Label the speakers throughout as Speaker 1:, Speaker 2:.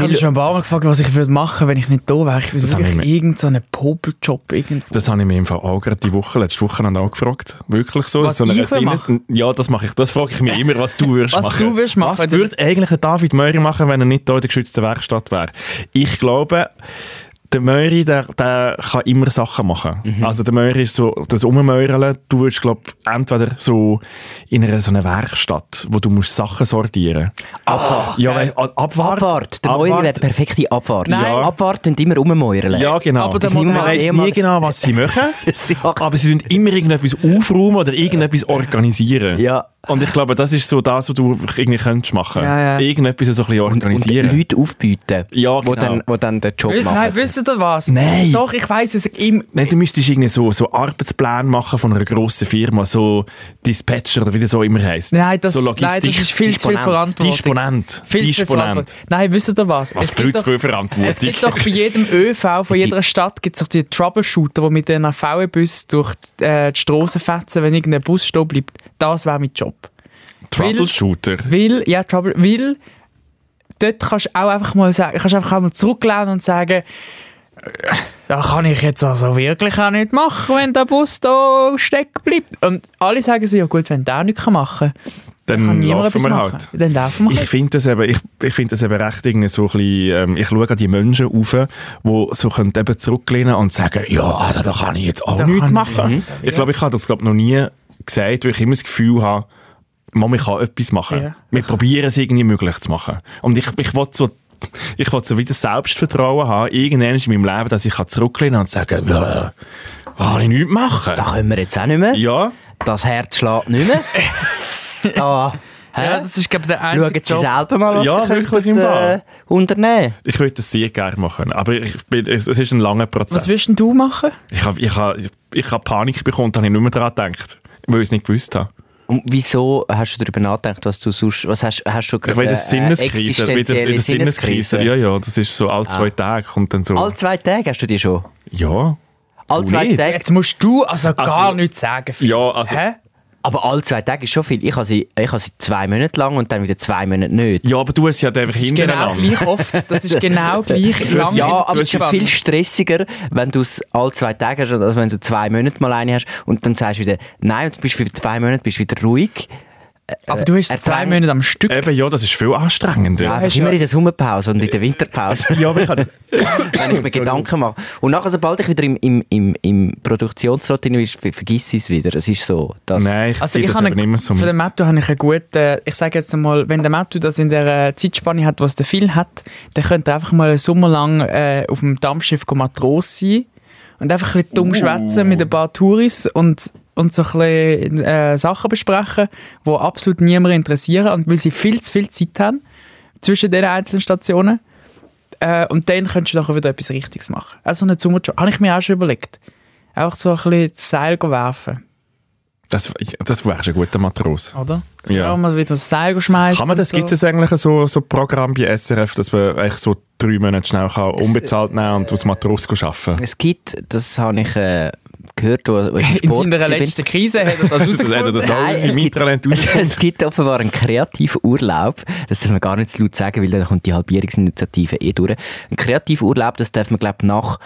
Speaker 1: habe mich schon am Baum gefragt, was ich würde machen, wenn ich nicht da wäre. Ich würde
Speaker 2: Das habe
Speaker 1: wirklich
Speaker 2: ich mir-
Speaker 1: irgendeinen so einen Popeljob irgendwo.
Speaker 2: Das habe ich mir im Fall auch gerade die Woche, letzte Woche angefragt. Wirklich so.
Speaker 1: Was
Speaker 2: so eine
Speaker 1: ich will
Speaker 2: Szene-
Speaker 1: machen?
Speaker 2: Ja, das mache ich. Das frage ich mich immer, was du würdest
Speaker 1: Was
Speaker 2: machen.
Speaker 1: du würdest machen,
Speaker 2: Was
Speaker 1: wenn du-
Speaker 2: würde eigentlich ein David Möri machen, wenn er nicht hier in der geschützten Werkstatt wäre? Ich glaube, der Möri, der, der kann immer Sachen machen.
Speaker 1: Mhm.
Speaker 2: Also der Möri ist so, das Ummäuerle, du würdest, glaube entweder so in einer so einer Werkstatt, wo du musst Sachen sortieren. Abwart. Ja, weil, Ab- Abwart.
Speaker 3: Abwart. Der Moiri wäre die perfekte Abwart.
Speaker 1: Nein. Ja.
Speaker 3: Abwart und immer rummäuerle.
Speaker 2: Ja, genau.
Speaker 1: Äh, Aber der
Speaker 2: ich
Speaker 3: Moderator-
Speaker 2: weiss nie genau, was sie machen.
Speaker 3: Sie machen-
Speaker 2: aber sie tun immer irgendetwas aufräumen oder irgendetwas organisieren.
Speaker 3: Ja.
Speaker 2: Und ich glaube, das ist so das, was du irgendwie könntest machen.
Speaker 1: Ja, ja.
Speaker 2: Irgendetwas so ein bisschen
Speaker 3: Und
Speaker 2: organisieren.
Speaker 3: Leute aufbieten,
Speaker 2: Ja,
Speaker 3: wo,
Speaker 2: genau.
Speaker 3: dann, wo dann den Job
Speaker 1: Wis-
Speaker 3: machen.
Speaker 1: Nein, wisst ihr was?
Speaker 2: Nein.
Speaker 1: Doch, ich weiss es. Im,
Speaker 2: Nein, du müsstest irgendwie so, so Arbeitspläne machen von einer grossen Firma, so Dispatcher oder wie das auch immer heisst.
Speaker 1: nein, das,
Speaker 2: so
Speaker 1: nein, das ist viel zu viel
Speaker 3: Disponent.
Speaker 1: Verantwortung.
Speaker 2: Disponent.
Speaker 1: Viel zu viel
Speaker 2: Disponent.
Speaker 1: Verantwortung. Nein, wisst ihr was?
Speaker 2: Was viel zu viel Verantwortung.
Speaker 1: Es gibt doch bei jedem ÖV von jeder Stadt gibt's doch die Troubleshooter, die mit den VW-Bus durch die, äh, die Straße fetzen, wenn irgendein Bus stehen bleibt. Das wäre mein Job.
Speaker 2: Troubleshooter.
Speaker 1: Weil, ja, Trouble, weil dort kannst du auch einfach mal sagen, kannst einfach auch mal zurücklehnen und sagen, «Äh, das kann ich jetzt also wirklich auch nicht machen, wenn der Bus da stecken bleibt. Und alle sagen so, ja gut, wenn der auch nicht machen kann, kann
Speaker 2: Dann
Speaker 1: niemand
Speaker 2: laufen
Speaker 1: etwas
Speaker 2: wir
Speaker 1: machen.
Speaker 2: halt.
Speaker 1: Dann laufen wir
Speaker 2: Ich
Speaker 1: halt.
Speaker 2: finde das eben, ich, ich finde das eben recht irgendwie so ein bisschen, ähm, ich schaue an die Menschen rauf, die so können eben zurücklehnen und sagen, ja, also da kann ich jetzt auch
Speaker 1: Da kann
Speaker 2: nichts
Speaker 1: ich
Speaker 2: machen.
Speaker 1: jetzt auch
Speaker 2: Ich glaube, ich habe das glaube noch nie gesagt, weil ich immer das Gefühl habe, Mama, ich kann etwas machen.
Speaker 1: Ja.
Speaker 2: Wir probieren es irgendwie möglich zu machen. Und ich, ich will so ich will so wieder Selbstvertrauen haben, irgendwann in meinem Leben, dass ich kann zurücklehnen und sagen, ja, kann ich nichts machen.
Speaker 3: Da können wir jetzt auch nicht mehr.
Speaker 2: Ja,
Speaker 3: Das Herz schlägt nicht mehr. da. Hä?
Speaker 1: Ja, das ist, glaube ich, der einzige
Speaker 3: Schauen Sie
Speaker 1: Job.
Speaker 3: selber mal, was
Speaker 2: Ja,
Speaker 3: Sie könnten,
Speaker 2: wirklich im Fall.
Speaker 3: äh, unternehmen.
Speaker 2: ich würde das sehr gerne machen, aber ich bin, es es ist ein langer Prozess.
Speaker 1: Was würdest denn du machen?
Speaker 2: Ich habe ich hab, ich hab Panik bekommen, da habe ich nicht mehr daran gedacht, weil ich es nicht gewusst habe.
Speaker 3: Und wieso hast du darüber nachgedacht, was du sonst... Was hast, hast du
Speaker 2: Ich
Speaker 3: gerade
Speaker 2: will
Speaker 1: Äh,
Speaker 2: das
Speaker 3: eine
Speaker 2: Sinneskrise. Äh,
Speaker 3: existenzielle
Speaker 2: das Sinneskrise. Ja, ja, das ist so
Speaker 1: Ah.
Speaker 2: alle zwei Tage kommt dann so.
Speaker 3: Alle zwei Tage hast du die schon?
Speaker 2: ja.
Speaker 3: Alle
Speaker 2: Du
Speaker 3: zwei
Speaker 2: nicht?
Speaker 3: Tage?
Speaker 1: Jetzt musst du also, gar
Speaker 2: Also-
Speaker 1: nichts sagen. Phil.
Speaker 2: Ja, also.
Speaker 1: Hä?
Speaker 3: Aber alle zwei Tage ist schon viel. Ich habe sie, ich habe sie zwei Monate lang und dann wieder zwei Monate nicht.
Speaker 2: Ja, aber du hast ja dann einfach
Speaker 1: Das ist genau
Speaker 2: hintereinander.
Speaker 1: gleich oft. Das ist genau gleich lang.
Speaker 3: Ja,
Speaker 1: hintereinander.
Speaker 3: aber es ist viel stressiger, wenn du es alle zwei Tage hast, als wenn du zwei Monate mal eine hast und dann sagst du wieder «Nein» und du bist für zwei Monate bist wieder ruhig.
Speaker 1: Aber du hast
Speaker 3: Er
Speaker 1: zwei
Speaker 3: drängt-
Speaker 1: Monate am Stück.
Speaker 2: Eben, ja, das ist viel anstrengender.
Speaker 3: Ja,
Speaker 2: Ja,
Speaker 3: einfach
Speaker 1: hast
Speaker 3: immer
Speaker 1: ja-
Speaker 3: in der Sommerpause und in der Winterpause.
Speaker 2: aber ich habe das.
Speaker 3: wenn ich mir Gedanken mache. Und nachher, sobald ich wieder im, im, im, im Produktionsrot bin, ver- vergiss ich es wieder. Es ist so. Dass
Speaker 2: Nein, ich
Speaker 1: Also
Speaker 2: ziehe
Speaker 1: ich
Speaker 2: das
Speaker 1: habe
Speaker 2: eben immer
Speaker 1: einen,
Speaker 2: so
Speaker 1: für
Speaker 2: mit.
Speaker 1: den Matthew habe ich einen guten, ich sage jetzt mal, wenn der Matthew das in der äh, Zeitspanne hat, was der Phil hat, dann könnte er einfach mal einen Sommer lang äh, auf dem Dampfschiff go Matros sein und einfach ein bisschen
Speaker 2: Oh.
Speaker 1: dumm schwätzen mit ein paar Touris und, und so ein bisschen äh, Sachen besprechen, die absolut niemanden interessieren und weil sie viel zu viel Zeit haben zwischen den einzelnen Stationen. Äh, und dann könntest du nachher wieder etwas Richtiges machen. Also einen Sommerjob. Habe ich mir auch schon überlegt. Einfach so ein bisschen das Seil go werfen.
Speaker 2: Das, das wärst ein guter Matros.
Speaker 1: Oder?
Speaker 2: Ja.
Speaker 1: ja mal wieder aufs Seil schmeißen.
Speaker 2: Kann man das, gibt es eigentlich so, so ein Programm bei SRF, dass man eigentlich so drei Monate schnell kann, unbezahlt nehmen und als Matros arbeiten kann?
Speaker 3: Es gibt, das habe ich äh, gehört, wo, wo ich im
Speaker 1: In
Speaker 3: Sport
Speaker 1: seiner
Speaker 3: war.
Speaker 1: letzten Krise hat er das
Speaker 2: Das hat er
Speaker 1: rausgefunden.
Speaker 2: das auch
Speaker 3: Nein, es
Speaker 2: im
Speaker 3: gibt,
Speaker 2: Internet
Speaker 3: es,
Speaker 2: rausgefunden.
Speaker 3: es gibt offenbar einen Kreativurlaub. Das darf man gar nicht zu laut sagen, weil dann kommt die Halbierungsinitiative eh durch. Ein Kreativurlaub, das darf man, glaube ich, nach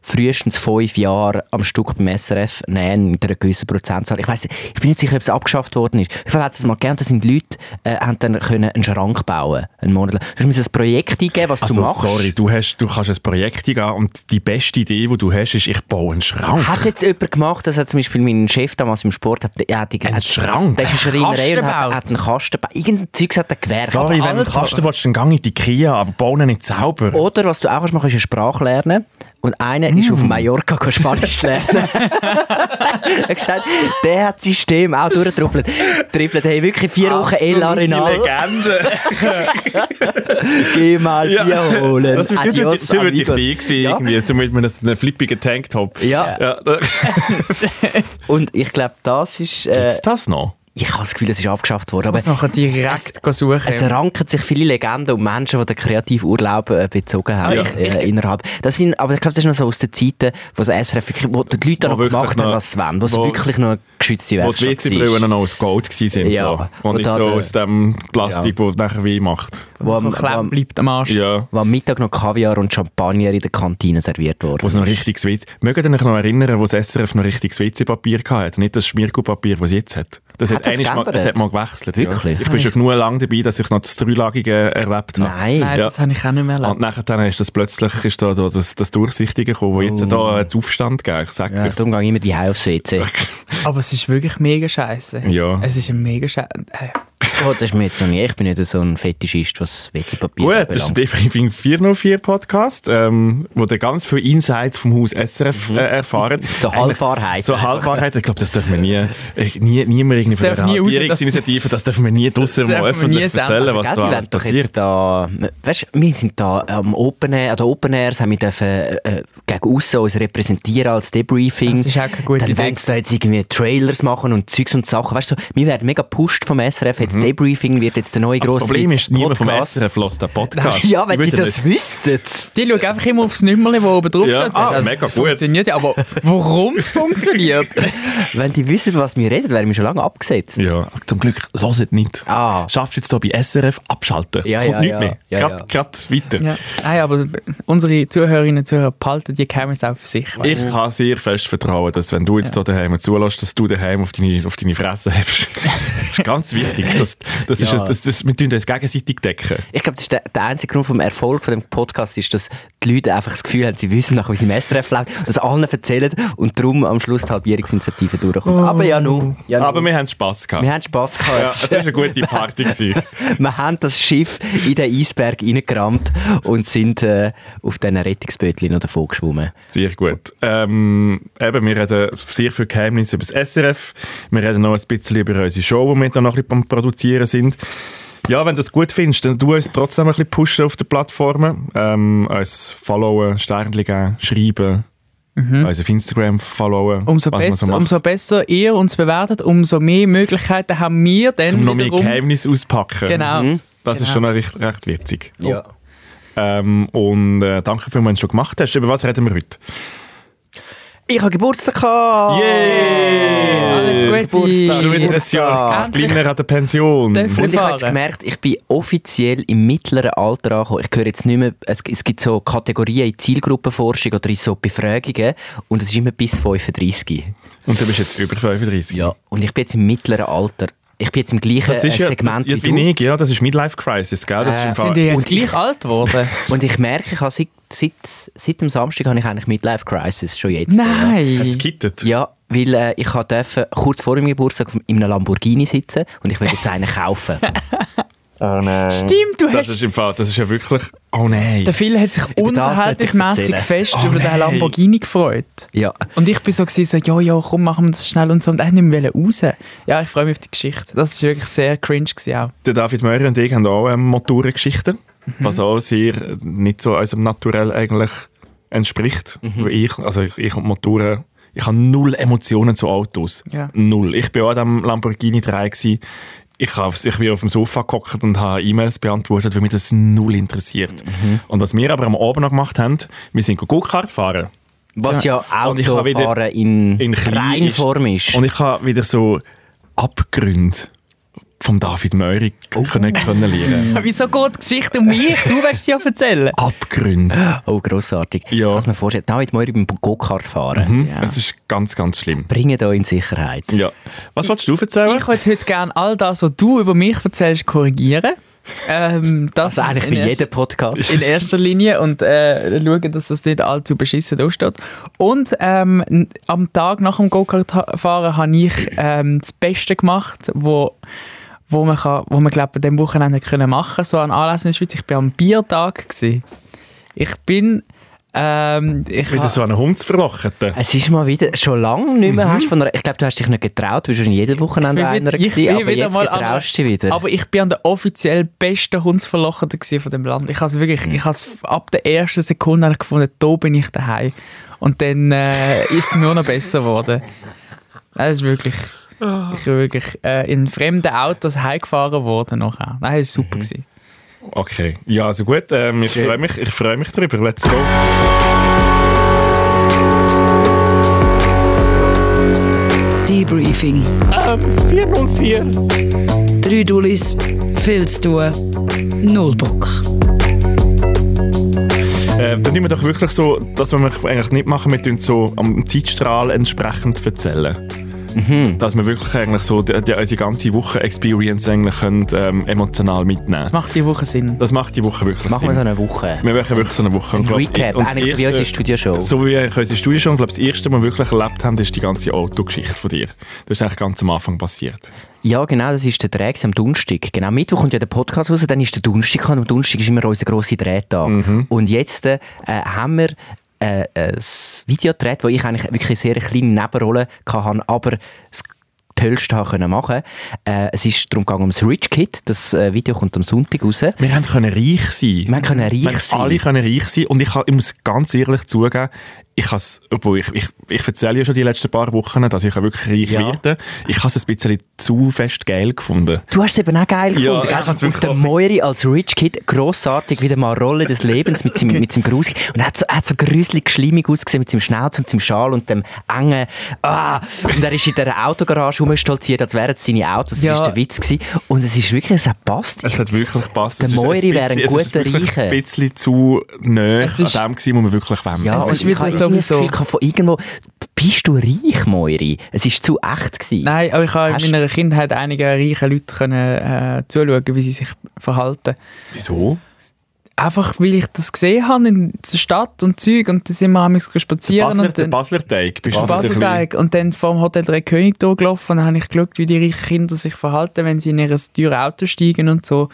Speaker 3: frühestens fünf Jahren am Stück beim SRF nehmen, mit einer gewissen Prozentzahl. Ich weiss, nicht, ich bin nicht sicher, ob es abgeschafft worden ist. Ich hat es mal gegeben, da sind Leute, äh, haben dann können einen Schrank bauen, einen Monat lang. Du musst ein Projekt eingeben, was du
Speaker 2: Also,
Speaker 3: machst.
Speaker 2: sorry, du, hast, du kannst ein Projekt eingehen und die beste Idee, die du hast, ist, ich baue einen Schrank.
Speaker 3: Hat jetzt jemand gemacht, das hat zum Beispiel mein Chef damals im Sport, hat, er hat,
Speaker 2: Einen
Speaker 3: hat
Speaker 2: Schrank?
Speaker 3: Der ist in der Schreinerei und hat,
Speaker 1: Kasten
Speaker 3: hat einen Kasten gebaut. Irgendein Zeugs hat er gewährt.
Speaker 2: Sorry, wenn du
Speaker 1: Alter.
Speaker 2: Kasten willst, dann gang in die Kia, aber baue ihn nicht selber.
Speaker 3: Oder was du auch kannst machen, ist eine Sprache lernen. Und einer ist
Speaker 2: Mm.
Speaker 3: auf Mallorca go Spanisch lernen. er hat gesagt, der hat das System auch durchgetrippelt. Trippelt, hey, wirklich vier Wochen El Arenal.
Speaker 2: Legende.
Speaker 3: Geh mal
Speaker 2: Ja.
Speaker 3: Bier holen.
Speaker 2: Das wird
Speaker 3: Adios,
Speaker 2: gut, so würde ich
Speaker 3: amigos.
Speaker 2: dabei gewesen,
Speaker 3: Ja.
Speaker 2: irgendwie, so mit einem, so einem flippigen Tanktop.
Speaker 3: Ja.
Speaker 2: da,
Speaker 3: Und ich glaube, das ist... Äh,
Speaker 2: Gibt's das noch?
Speaker 3: ich habe das Gefühl, das ist abgeschafft worden. Aber
Speaker 1: muss nachher direkt es, suchen.
Speaker 3: es ranken sich viele Legenden um Menschen, die den Kreativurlaub äh, bezogen haben.
Speaker 2: Ah,
Speaker 1: ich-
Speaker 3: äh, innerhalb. Das sind, aber ich glaube, das ist noch so aus den Zeiten, wo das SRF wirklich, wo die Leute
Speaker 2: Wo
Speaker 3: noch
Speaker 2: wirklich
Speaker 3: gemacht
Speaker 2: noch-
Speaker 3: haben, was sie wollen. Wo es
Speaker 2: wo-
Speaker 3: wirklich noch eine geschützte
Speaker 2: Wo die
Speaker 3: Werkstatt war.
Speaker 2: WC-Brillen noch aus Gold waren.
Speaker 3: Ja.
Speaker 2: da. Und
Speaker 3: Und
Speaker 2: nicht
Speaker 3: da
Speaker 2: so
Speaker 3: der-
Speaker 2: aus dem Plastik, das nachher weh macht.
Speaker 3: Wo, am-
Speaker 1: Wo
Speaker 3: wo,
Speaker 1: Klemm
Speaker 3: am-
Speaker 1: bleibt am Arsch.
Speaker 2: Ja.
Speaker 3: wo am Mittag noch Kaviar und Champagner in der Kantine serviert
Speaker 2: Wo
Speaker 3: wurden.
Speaker 2: es noch richtig Witz. Mögt ihr euch noch erinnern, wo das SRF noch richtiges WC-Papier hatte? Nicht das Schmierkupapier, das es jetzt hat. Das hat,
Speaker 3: Hat das
Speaker 2: einmal mal,
Speaker 3: geändert?
Speaker 2: das hat mal gewechselt.
Speaker 3: Wirklich?
Speaker 2: Ja. Ich bin schon genug lang dabei, dass ich noch das Dreilagige erlebt habe.
Speaker 3: Nein.
Speaker 1: Nein,
Speaker 2: Ja.
Speaker 1: das habe ich auch nicht mehr
Speaker 2: Und
Speaker 1: erlebt.
Speaker 2: nachher dann ist das plötzlich ist da, da das, das Durchsichtige gekommen, wo jetzt da einen Aufstand gegeben Ich sag
Speaker 3: Oh. Ja,
Speaker 2: dir's.
Speaker 3: darum gehe ich immer die Hause aufs WC.
Speaker 1: Aber es ist wirklich mega scheiße.
Speaker 2: Ah, Ja.
Speaker 1: Es ist ein mega äh, scheiße.
Speaker 3: Oh, das ist mir jetzt noch nie. Ich bin nicht so ein Fetischist, was WC-Papier
Speaker 2: Gut, das ist der
Speaker 3: anbelangt.
Speaker 2: Debriefing 404 Podcast, ähm, wo ihr ganz viele Insights vom Haus SRF äh, erfahren.
Speaker 3: Mhm. So
Speaker 2: Eigentlich-
Speaker 3: Halbwahrheiten
Speaker 2: So
Speaker 3: einfach.
Speaker 2: Halbwahrheit. Ich glaube, das dürfen wir nie, ich- nie, niemand irgendwie
Speaker 1: darf nie raus,
Speaker 2: Regierungsinitiative, das dürfen wir nie draussen
Speaker 1: Dürfen
Speaker 2: mal
Speaker 1: wir nie
Speaker 2: öffentlich
Speaker 1: sagen.
Speaker 2: erzählen, was da
Speaker 3: Gell, die
Speaker 2: alles
Speaker 3: werden doch jetzt
Speaker 2: passiert.
Speaker 3: da, weißt, wir sind da am Open Air, an den Open Airs haben wir dürfen, äh, gegen aussen uns repräsentieren als Debriefing.
Speaker 1: Das ist auch keine gute
Speaker 3: Dann
Speaker 1: Idee.
Speaker 3: wollen sie da jetzt irgendwie Trailers machen und Zeugs und Sachen. Weißt du, so, wir werden mega gepusht vom SRF, jetzt Debriefing wird jetzt der neue
Speaker 2: Mhm. Das
Speaker 3: grosse
Speaker 2: Problem ist, niemand vom
Speaker 3: Podcast.
Speaker 2: SRF lässt den Podcast.
Speaker 3: Ja, wenn die
Speaker 2: würden
Speaker 3: das wüssten.
Speaker 1: Die schauen einfach immer aufs Nimmerli, das oben drauf
Speaker 2: Ja.
Speaker 1: steht. und sagen,
Speaker 2: Ah, mega
Speaker 1: das
Speaker 2: gut.
Speaker 1: funktioniert ja, aber warum es funktioniert?
Speaker 3: Wenn die wissen, was wir reden, wären wir schon lange abgesetzt.
Speaker 2: Ja, zum Glück hört nicht.
Speaker 3: Ah.
Speaker 2: Schafft jetzt hier bei SRF abschalten.
Speaker 3: Ja,
Speaker 2: es kommt
Speaker 3: ja,
Speaker 2: nichts
Speaker 3: ja.
Speaker 2: mehr.
Speaker 3: Ja,
Speaker 2: gerade,
Speaker 3: ja.
Speaker 2: gerade weiter.
Speaker 1: ja. Nein, aber unsere Zuhörerinnen und Zuhörer behalten die Geheimnisse auch für sich.
Speaker 2: Ich
Speaker 3: Mhm.
Speaker 2: kann sehr fest vertrauen, dass wenn du jetzt hier daheim zulässt, dass du daheim auf deine, auf deine Fresse hast. Das ist ganz wichtig. Das, das ist,
Speaker 3: Ja.
Speaker 2: ein- das, das, wir tun das gegenseitig decken.
Speaker 3: Ich glaube, das ist der, der einzige Grund vom Erfolg von dem Podcast ist, dass die Leute einfach das Gefühl haben, sie wissen nach unserem SRF läuft, dass allen erzählen und darum am Schluss die Halbierungsinitiative durchkommt. Aber ja, nun. Ja, nu.
Speaker 2: Aber wir haben Spass gehabt.
Speaker 3: Ähm, wir haben Spass gehabt.
Speaker 2: ja, es war eine gute Party. gewesen.
Speaker 3: wir haben das Schiff in den Eisberg reingerammt und sind äh, auf diesen Rettungsbötchen noch davon geschwommen.
Speaker 2: Sehr gut. Ähm, eben, wir reden sehr viel Geheimnisse über das SRF. Wir reden noch ein bisschen über unsere Show, die wir da noch ein bisschen am Produzieren sind. Ja, wenn du es gut findest, dann du uns trotzdem ein bisschen pushen auf den Plattformen. Ähm, uns followen, Sternchen geben, schreiben. Uns auf Instagram followen.
Speaker 1: Mhm. Umso
Speaker 2: was man
Speaker 1: besser,
Speaker 2: so macht.
Speaker 1: umso besser ihr uns bewertet, umso mehr Möglichkeiten haben wir dann
Speaker 2: Zum um noch mehr
Speaker 1: wiederum.
Speaker 2: Geheimnisse auspacken.
Speaker 1: Genau.
Speaker 2: Das ist
Speaker 1: Genau.
Speaker 2: schon recht, recht witzig.
Speaker 3: Ja.
Speaker 2: Ähm, und äh, danke, für, wenn du es schon gemacht hast. Über was reden wir heute?
Speaker 3: Ich habe Geburtstag gehabt!
Speaker 1: Oh. Alles Gute.
Speaker 3: Geburtstag.
Speaker 2: Äh, Schon wieder ein Jahr.
Speaker 1: Endlich.
Speaker 2: Kleiner an der Pension.
Speaker 1: Darf
Speaker 3: Und ich habe jetzt
Speaker 1: Erfahren.
Speaker 3: gemerkt, ich bin offiziell im mittleren Alter angekommen. Ich höre jetzt nicht mehr, es, es gibt so Kategorien in Zielgruppenforschung oder in so Befragungen und es ist immer bis 35.
Speaker 2: Und du bist jetzt über 35.
Speaker 3: Und ich bin jetzt im mittleren Alter. Ich bin jetzt im gleichen
Speaker 2: Das ist
Speaker 3: äh,
Speaker 2: ja,
Speaker 3: Segment
Speaker 2: das, ja,
Speaker 3: wie du. Äh,
Speaker 2: wie ich, ja, das ist Midlife Crisis, gell? Das ist im
Speaker 1: Sind
Speaker 2: Fall,
Speaker 1: die jetzt
Speaker 3: Und
Speaker 1: gleich alt geworden?
Speaker 3: Und ich merke, ich habe seit, seit, seit dem Samstag habe ich eigentlich Midlife Crisis, schon
Speaker 2: hat's
Speaker 3: jetzt.
Speaker 1: Nein!
Speaker 2: gekittet.
Speaker 3: Ja, weil äh, ich habe dürfen, kurz vor meinem Geburtstag in einem Lamborghini sitzen und ich will jetzt einen kaufen.
Speaker 1: Stimmt, du
Speaker 2: Das
Speaker 1: hast...
Speaker 2: ist im Fall, das ist ja wirklich, oh nein.
Speaker 1: Der Phil hat sich
Speaker 3: das wollte ich
Speaker 1: unverhältnismäßig
Speaker 3: erzählen.
Speaker 1: fest
Speaker 2: Oh
Speaker 1: über
Speaker 2: nein.
Speaker 1: den Lamborghini gefreut.
Speaker 3: ja.
Speaker 1: Und ich bin so, gewesen, so ja, ja, komm, machen wir das schnell und so. Und er nicht mehr raus. Ja, ich freue mich auf die Geschichte. Das war wirklich sehr cringe gewesen auch.
Speaker 2: Der David Meurer und ich haben auch ähm, Motorengeschichten, was auch sehr äh, nicht so unserem Naturell eigentlich entspricht. Weil ich, also ich, ich und Motoren, ich habe null Emotionen zu Autos.
Speaker 1: Ja.
Speaker 2: Null. Ich bin auch an diesem Lamborghini 3 gewesen. Ich, habe, ich bin auf dem Sofa gehockt und habe E-Mails beantwortet, weil mich das null interessiert. Und was wir aber am Abend noch gemacht haben, wir sind Go-Kart fahren.
Speaker 3: Was ja,
Speaker 2: Und ich habe wieder-
Speaker 3: Autofahren in,
Speaker 2: in klein ist.
Speaker 3: Reinform ist.
Speaker 2: Und ich habe wieder so Abgründe vom David Meurig können, können lernen.
Speaker 3: Mhm.
Speaker 1: Wieso geht die Geschichte um mich? Du wirst sie ja erzählen.
Speaker 2: Abgründe.
Speaker 3: Oh, grossartig.
Speaker 2: Ja.
Speaker 3: Kannst du mir vorstellen, David Moir beim Go-Kart fahren.
Speaker 1: Mhm.
Speaker 2: Hm? Es ist ganz, ganz schlimm.
Speaker 3: Bringen da in Sicherheit.
Speaker 2: Ja. Was wolltest du erzählen?
Speaker 1: Ich wollte heute gerne all das, was du über mich erzählst, korrigieren. Ähm, das
Speaker 2: Also
Speaker 3: Das ist eigentlich
Speaker 1: in
Speaker 3: wie
Speaker 1: erster-
Speaker 3: jeder Podcast.
Speaker 1: in erster Linie und äh, schauen, dass das nicht allzu beschissen dasteht. Und ähm, n- am Tag nach dem Go-Kart-Fahren habe ich ähm, das Beste gemacht, wo, wo man, kann, wo man glaub, an diesem Wochenende können machen konnte, so an Anlässen in der Schweiz. Ich war am Biertag. Gewesen. Ich bin... Ähm, ich
Speaker 2: Wieder
Speaker 1: ha-
Speaker 2: so einen Hund zu verlochten.
Speaker 3: Es ist mal wieder, schon lange nicht mehr hast von einer, ich glaube, du hast dich nicht getraut, du bist schon jede Woche an
Speaker 1: bin
Speaker 3: einer
Speaker 1: wieder- Mhm. ich
Speaker 3: gewesen,
Speaker 1: bin
Speaker 3: aber
Speaker 1: wieder
Speaker 3: jetzt
Speaker 1: mal an
Speaker 3: getraust du dich wieder.
Speaker 1: Aber ich bin an der offiziell besten Hundsverlochenden gewesen von dem Land. Ich habe
Speaker 3: Mhm.
Speaker 1: wirklich, ich habe ab der ersten Sekunde habe ich gefunden, da bin ich daheim. Und dann äh, ist es nur noch besser geworden. Das ist wirklich. Ich bin wirklich äh, in fremden Autos heimgefahren worden nachher. Nein, es war
Speaker 3: Mhm.
Speaker 1: super. gewesen.
Speaker 2: Okay. Ja, also gut, ähm, ich
Speaker 3: Schön.
Speaker 2: freue mich, ich freu mich darüber. Let's go.
Speaker 4: Debriefing.
Speaker 2: 404.
Speaker 4: Drei Dullis, viel zu tun, null Bock.
Speaker 2: Äh, dann nehmen wir doch wirklich so, das, was wir eigentlich nicht machen, wir tun so am Zeitstrahl entsprechend erzählen.
Speaker 3: Mhm.
Speaker 2: Dass wir wirklich eigentlich so die, die, unsere ganze Woche-Experience eigentlich können, ähm, emotional mitnehmen
Speaker 1: Das macht die Woche Sinn.
Speaker 2: Das macht die Woche wirklich
Speaker 3: Machen wir
Speaker 2: Sinn.
Speaker 3: so eine Woche.
Speaker 2: wir machen wirklich so eine Woche. Und glaub,
Speaker 3: Recap,
Speaker 2: und äh, das
Speaker 3: eigentlich so wie
Speaker 2: erste-
Speaker 3: unsere Studioshow.
Speaker 2: So wie wir eigentlich unsere Studie schon, glaube das erste Mal wirklich erlebt haben, ist die ganze Autogeschichte von dir. Das ist eigentlich ganz am Anfang passiert.
Speaker 3: Ja, genau, das ist der Tag am Donnerstag. Genau, Mittwoch kommt ja der Podcast raus, dann ist der Donnerstag und am Donnerstag ist immer unser grosser Drehtag. Und jetzt äh, haben wir äh, ein Video gedreht, wo ich eigentlich wirklich eine sehr kleine Nebenrolle hatte, aber das Tollste habe können machen äh, Es ist darum gegangen, ums Rich Kid. Das äh, Video kommt am Sonntag raus.
Speaker 2: Wir haben können reich sein.
Speaker 3: Wir können reich
Speaker 2: Wir haben
Speaker 3: sein.
Speaker 2: Alle können reich sein. Und ich, kann, ich muss ganz ehrlich zugeben, ich has, obwohl ich, ich, ich erzähle ja schon die letzten paar Wochen, dass ich ja wirklich reich
Speaker 3: Ja.
Speaker 2: werde, ich habe es ein bisschen zu fest geil gefunden.
Speaker 3: Du hast es eben auch geil
Speaker 2: Ja,
Speaker 3: gefunden.
Speaker 2: ich
Speaker 3: gell?
Speaker 2: hab's wirklich
Speaker 3: und
Speaker 2: auch-
Speaker 3: der Moiri als Rich Kid, grossartig, wieder mal Rolle des Lebens mit seinem, mit seinem Grusel. Und er hat so, er hat so gruselig schlimmig ausgesehen mit seinem Schnauz und seinem Schal und dem engen. Ah! Und er ist in dieser Autogarage rumgestolziert, als wären es seine Autos. Das
Speaker 1: Ja.
Speaker 3: war der Witz. Gewesen. Und es ist wirklich, es hat passt.
Speaker 2: Es hat wirklich gepasst.
Speaker 3: Der
Speaker 2: Es ist ein
Speaker 3: Moiri wäre ein
Speaker 2: bisschen- es ist
Speaker 3: guter
Speaker 2: wirklich
Speaker 3: Reicher.
Speaker 2: ein bisschen zu nah an
Speaker 1: Es ist-
Speaker 2: dem gewesen, wo wir wirklich wollen.
Speaker 3: Ja,
Speaker 1: Es
Speaker 3: und
Speaker 1: ist
Speaker 3: ich
Speaker 1: wieder
Speaker 3: habe irgendwie das
Speaker 1: sowieso-
Speaker 3: Gefühl gehabt von irgendwo, bist du reich, Moiri? Es war zu echt. Gewesen.
Speaker 1: Nein, aber ich habe
Speaker 3: Hast-
Speaker 1: in meiner Kindheit einigen reichen Leuten können, äh, zuschauen, wie sie sich verhalten.
Speaker 2: Wieso?
Speaker 1: Einfach, weil ich das gesehen habe in der Stadt und Zeug und da sind wir am spazieren
Speaker 2: Basler,
Speaker 1: und
Speaker 2: der
Speaker 1: dann
Speaker 2: Basler Teig. Bist du natürlich ein
Speaker 1: Baselteig und dann vor dem Hotel Drei König durchgelaufen und dann habe ich geschaut, wie die reichen Kinder sich verhalten, wenn sie in ihr teures Auto steigen und so.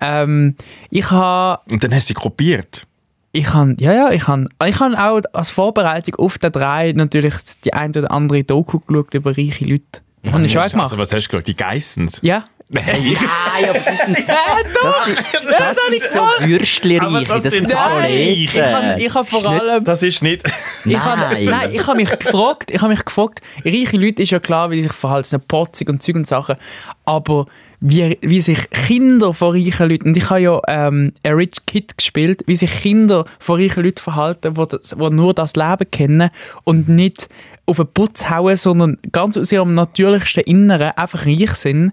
Speaker 1: Ähm, ich habe
Speaker 2: bisschen- Und dann hast du sie kopiert.
Speaker 1: Ich habe ja, ja, ich habe ich hab auch als Vorbereitung auf den drei natürlich die ein oder andere Doku geschaut über reiche Leute. Habe ich schon auch gemacht.
Speaker 2: Also, was hast du gesagt? Die Geissens?
Speaker 1: Ja.
Speaker 2: Nein,
Speaker 3: Nein, aber das
Speaker 1: Äh,
Speaker 3: sind, das sind, das sind so
Speaker 2: Aber
Speaker 3: Würstli-Reiche,
Speaker 2: das
Speaker 3: das sind
Speaker 2: sind alle
Speaker 3: Planeten.
Speaker 2: Reiche. Ich
Speaker 1: habe- ich habe
Speaker 3: Das ist
Speaker 1: vor
Speaker 3: nicht-
Speaker 1: allem-
Speaker 2: das ist nicht...
Speaker 1: Ich hab-
Speaker 3: Nein.
Speaker 1: nein, ich habe mich gefragt, ich habe mich gefragt, reiche Leute ist ja klar, wie sie sich verhalten, sind protzig und Zeug und Sachen, aber wie, wie sich Kinder von reichen Leuten, und ich habe ja ähm, «A Rich Kid» gespielt, wie sich Kinder von reichen Leuten verhalten, die das, wo nur das Leben kennen und nicht auf den Putz hauen, sondern ganz aus ihrem natürlichsten Inneren einfach reich sind.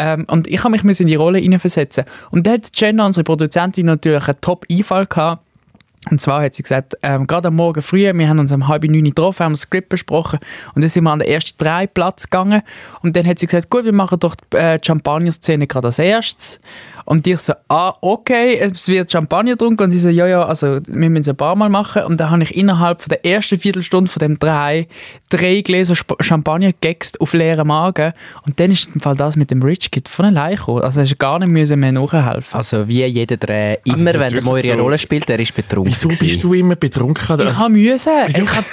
Speaker 1: Ähm, und ich habe mich müssen in die Rolle hineinversetzen. Und da hat Jenna, unsere Produzentin, natürlich einen Top-Einfall gehabt. Und zwar hat sie gesagt, ähm, gerade am Morgen früh, wir haben uns um halb neun getroffen, haben das Skript besprochen und dann sind wir an den ersten drei Platz gegangen und dann hat sie gesagt, gut, wir machen doch die äh, die Champagner-Szene gerade als erstes und ich so, ah, okay, es wird Champagner getrunken und sie so, ja, ja, also wir müssen es ein paar Mal machen und dann habe ich innerhalb von der ersten Viertelstunde von dem drei, drei Gläser Sp Champagner gegext auf leeren Magen und dann ist im Fall das mit dem Rich Kid von allein gekommen, also hast du gar nicht müssen mehr nachhelfen.
Speaker 3: Also wie jeder Dreh,
Speaker 2: Also es
Speaker 3: immer
Speaker 2: ist
Speaker 3: wenn der
Speaker 2: wirklich
Speaker 3: Moiri eine
Speaker 2: so-
Speaker 3: Rolle spielt, der ist betrunken.
Speaker 2: Wieso
Speaker 3: gewesen.
Speaker 2: bist du immer betrunken?
Speaker 1: Ich habe müssen. Ich hab,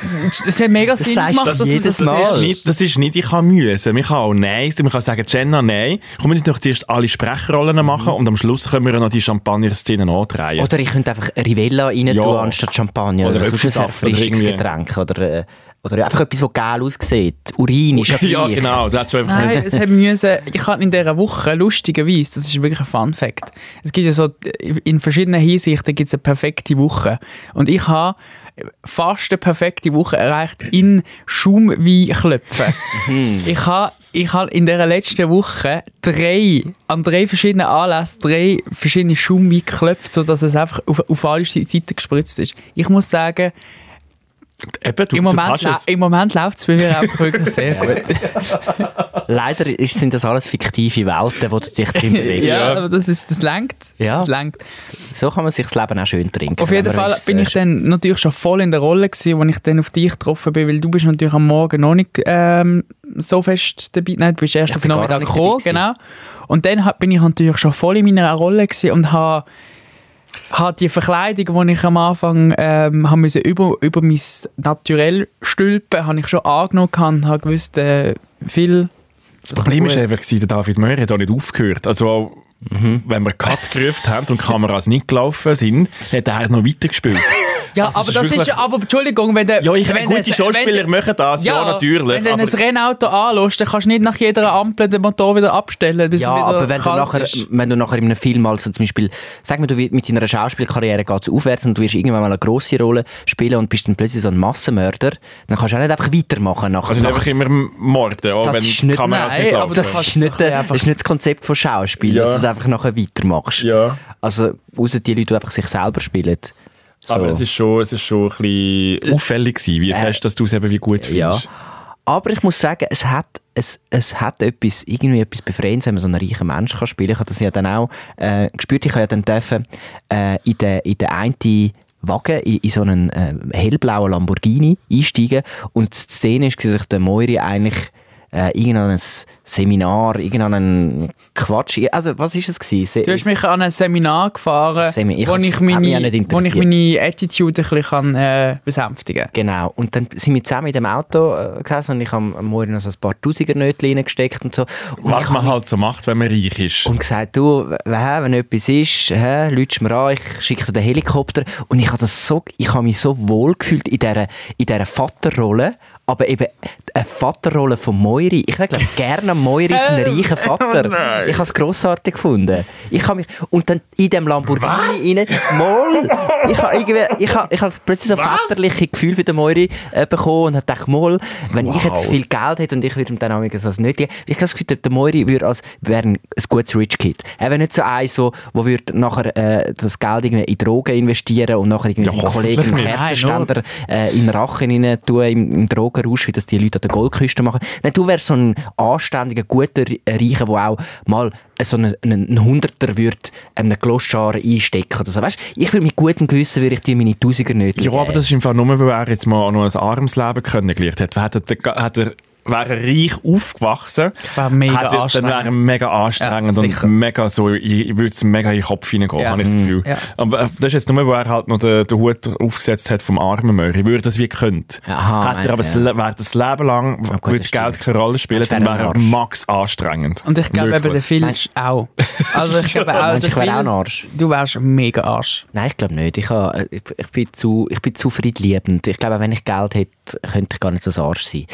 Speaker 1: es hat mega Sinn
Speaker 3: sagst
Speaker 1: gemacht,
Speaker 3: du
Speaker 1: dass man
Speaker 3: jedes
Speaker 1: das
Speaker 3: Mal.
Speaker 2: Das ist nicht, das ist nicht ich kann müssen. Man kann auch Nein sagen. Man kann sagen, Jenna, nein. Kommen wir nicht noch zuerst alle Sprechrollen machen und am Schluss können wir noch die Champagner-Szene andrehen.
Speaker 3: Oder ich könnte einfach Rivella rein
Speaker 2: Ja.
Speaker 3: tun, anstatt Champagner oder,
Speaker 2: Oder
Speaker 3: sonst ein
Speaker 2: Hüpfsaft oder
Speaker 3: erfrischendes
Speaker 2: irgendwie.
Speaker 3: Getränk. Oder, äh, oder einfach etwas, das geil aussieht. Urin ist
Speaker 2: ja,
Speaker 3: gleich.
Speaker 2: genau. Du hast schon einfach
Speaker 1: Nein, es hat müssen. Ich hatte in dieser Woche lustigerweise, das ist wirklich ein Fun Fact. Es gibt ja so, in verschiedenen Hinsichten gibt es eine perfekte Woche. Und ich habe fast eine perfekte Woche erreicht in Schaumweinklöpfen.
Speaker 3: Mhm.
Speaker 1: ich habe ich habe in dieser letzten Woche drei, an drei verschiedenen Anlässen, drei verschiedene Schaumwein geklöpft, sodass es einfach auf, auf alle Seiten gespritzt ist. Ich muss sagen,
Speaker 2: Eben, du,
Speaker 1: im
Speaker 2: du
Speaker 1: Moment,
Speaker 2: kannst
Speaker 1: lau-
Speaker 2: es.
Speaker 1: im Moment läuft es bei mir einfach wirklich sehr gut.
Speaker 3: Leider ist, sind das alles fiktive Welten, wo du dich drin bewegst.
Speaker 1: Ja, aber das ist, das lenkt.
Speaker 3: Ja.
Speaker 1: Das lenkt.
Speaker 3: So kann man sich das Leben auch schön trinken.
Speaker 1: Auf jeden
Speaker 3: wenn man
Speaker 1: Fall
Speaker 3: es,
Speaker 1: bin
Speaker 3: äh,
Speaker 1: ich dann natürlich schon voll in der Rolle gewesen, als ich dann auf dich getroffen bin, weil du bist natürlich am Morgen noch nicht ähm, so fest dabei. Nein, du bist erst
Speaker 3: Ich
Speaker 1: auf
Speaker 3: bin
Speaker 1: den
Speaker 3: gar
Speaker 1: Nachmittag
Speaker 3: nicht
Speaker 1: gekommen,
Speaker 3: dabei
Speaker 1: genau. Und dann hab- bin ich natürlich schon voll in meiner Rolle gewesen und habe hat die Verkleidung, die ich am Anfang ähm, haben müssen über, über mein Naturell stülpen, habe ich schon angenommen und habe gewusst, äh, viel
Speaker 2: Das Problem war einfach, gewesen, der David Möhr hat auch nicht aufgehört. Also auch, wenn wir Cut gerufen haben und die Kameras nicht gelaufen sind, hat er noch weitergespielt.
Speaker 1: Ja,
Speaker 2: Also,
Speaker 1: aber
Speaker 2: es
Speaker 1: das
Speaker 2: wirklich-
Speaker 1: ist ja, aber Entschuldigung, wenn der.
Speaker 2: Ja, ich,
Speaker 1: wenn
Speaker 2: gute
Speaker 1: der-
Speaker 2: Schauspieler
Speaker 1: wenn der-
Speaker 2: machen das, ja, natürlich.
Speaker 1: Wenn du ein
Speaker 2: aber-
Speaker 1: Rennauto anlässt, dann kannst du nicht nach jeder Ampel den Motor wieder abstellen, bis
Speaker 3: Ja,
Speaker 1: er wieder
Speaker 3: aber wenn du,
Speaker 1: kalt
Speaker 3: nachher,
Speaker 1: ist.
Speaker 3: wenn du nachher in einem Film also zum Beispiel, sag mir, du wirst mit deiner Schauspielkarriere geht's aufwärts und du wirst irgendwann mal eine grosse Rolle spielen und bist dann plötzlich so ein Massenmörder, dann kannst du auch nicht einfach weitermachen nachher.
Speaker 2: Also nicht einfach
Speaker 3: nach,
Speaker 2: immer morden, auch
Speaker 3: Das
Speaker 2: wenn
Speaker 3: ist
Speaker 2: die
Speaker 3: nicht-
Speaker 2: Kameras
Speaker 1: nein,
Speaker 2: nicht laufen.
Speaker 1: aber
Speaker 3: Genau. das,
Speaker 1: kannst
Speaker 3: ist
Speaker 1: du
Speaker 3: nicht,
Speaker 1: doch ein
Speaker 3: der-
Speaker 1: einfach-
Speaker 3: das ist nicht das Konzept von Schauspiel,
Speaker 2: Ja.
Speaker 3: dass du es einfach nachher weitermachst.
Speaker 2: Ja.
Speaker 3: Also außer die Leute, die einfach sich selber spielen. So.
Speaker 2: Aber es ist schon, es ist schon ein bisschen auffällig gewesen, wie fest, dass du es eben wie gut
Speaker 3: Äh, ja.
Speaker 2: findest.
Speaker 3: Aber ich muss sagen, es hat, es, es hat etwas, irgendwie etwas Befreiendes, wenn man so einen reichen Menschen kann spielen kann. Ich habe das ja dann auch äh, gespürt. Ich habe ja dann dürfen, äh, in den in den einen Wagen, in, in so einen äh, hellblauen Lamborghini einsteigen. Und die Szene war, dass ich der Moiri eigentlich äh, irgendein Seminar, irgendeinen Quatsch... Also was ist es? gewesen? Se-
Speaker 1: Du hast mich an ein Seminar gefahren,
Speaker 3: Semi- ich
Speaker 1: wo,
Speaker 3: has-
Speaker 1: ich
Speaker 3: hat mich
Speaker 1: meine,
Speaker 3: auch nicht
Speaker 1: wo ich
Speaker 3: interessiert.
Speaker 1: meine Attitude ein bisschen kann, äh, besänftigen kann.
Speaker 3: Genau. Und dann sind wir zusammen in dem Auto äh, gesessen und ich habe am Morgen noch so ein paar Tausiger-Nötchen reingesteckt und so. Und
Speaker 2: Was man halt so macht, wenn man reich ist.
Speaker 3: und gesagt, du, w- hä, wenn etwas ist, hä, lütsch mir an, ich schicke dir den Helikopter. Und ich habe das so, ich habe mich so wohl gefühlt in dieser, in dieser Vaterrolle. Aber eben eine Vaterrolle von Moiri. Ich wäre, glaube gerne Moiri ist ein reicher Vater. ich habe es grossartig gefunden. Ich habe mich, und dann in dem Lamborghini rein, Moll! Ich habe irgendwie, ich habe, ich habe plötzlich so väterliche Gefühl für den Moiri äh, bekommen und habe gedacht, Moll, wenn ich jetzt
Speaker 2: Wow.
Speaker 3: viel Geld hätte und ich würde ihm dann auch so als nötig. Ich habe das Gefühl, der Moiri würde als, wäre ein ein gutes Rich Kid. Er wäre nicht so eins, wo, wo würde nachher äh, das Geld irgendwie in Drogen investieren und nachher
Speaker 2: Ja,
Speaker 3: irgendwie seinen Kollegen
Speaker 2: hoffentlich
Speaker 3: einen
Speaker 2: nicht.
Speaker 3: Kerzenständer äh, in den Rachen rein tun, im, im Drogenrausch, wie das die Leute an der Goldküste machen. Nein, du wärst so ein anständiger, guter äh, Reicher, der auch mal äh, so einen, einen einen Hunderter würde einem Kloschar einstecken oder so. Weißt, ich würde mit gutem Gewissen würde ich dir meine Tausiger nicht
Speaker 2: Ja, aber das ist im Fall nur, weil er jetzt mal auch noch ein armes Leben kennengelernt hat. Hat er, hat er, wäre er reich aufgewachsen,
Speaker 1: Wäre mega
Speaker 2: hat er, dann wäre er
Speaker 1: anstrengend.
Speaker 2: mega anstrengend
Speaker 1: Ja,
Speaker 2: und
Speaker 1: sicher.
Speaker 2: mega so, ich, ich würde es mega in den Kopf hineingehen,
Speaker 1: Ja.
Speaker 2: habe ich das Gefühl. Aber äh, das ist jetzt nur, weil er halt noch den, den Hut aufgesetzt hat vom armen Möri. Würde das wie könnt.
Speaker 3: Aha,
Speaker 2: hat er aber
Speaker 3: ja.
Speaker 2: das, Le- wäre das Leben lang,
Speaker 3: gut,
Speaker 2: würde
Speaker 3: das
Speaker 2: Geld
Speaker 3: stimmt.
Speaker 2: keine Rolle spielen,
Speaker 3: Das wäre
Speaker 2: dann wäre
Speaker 3: ein
Speaker 2: er
Speaker 3: Arsch.
Speaker 2: max anstrengend.
Speaker 1: Und ich glaube, eben, der
Speaker 2: Wirklich.
Speaker 1: Film
Speaker 3: Meinst-
Speaker 1: ist auch. Also ich glaube auch,
Speaker 3: Meinst du,
Speaker 1: der
Speaker 3: ich wäre auch ein
Speaker 1: Film,
Speaker 3: Arsch?
Speaker 1: du wärst ein mega Arsch.
Speaker 3: Nein, ich glaube nicht. Ich, ha- äh, ich, ich, bin zu, ich bin zu friedliebend. Ich glaube, auch wenn ich Geld hätte, könnte ich gar nicht so ein Arsch sein.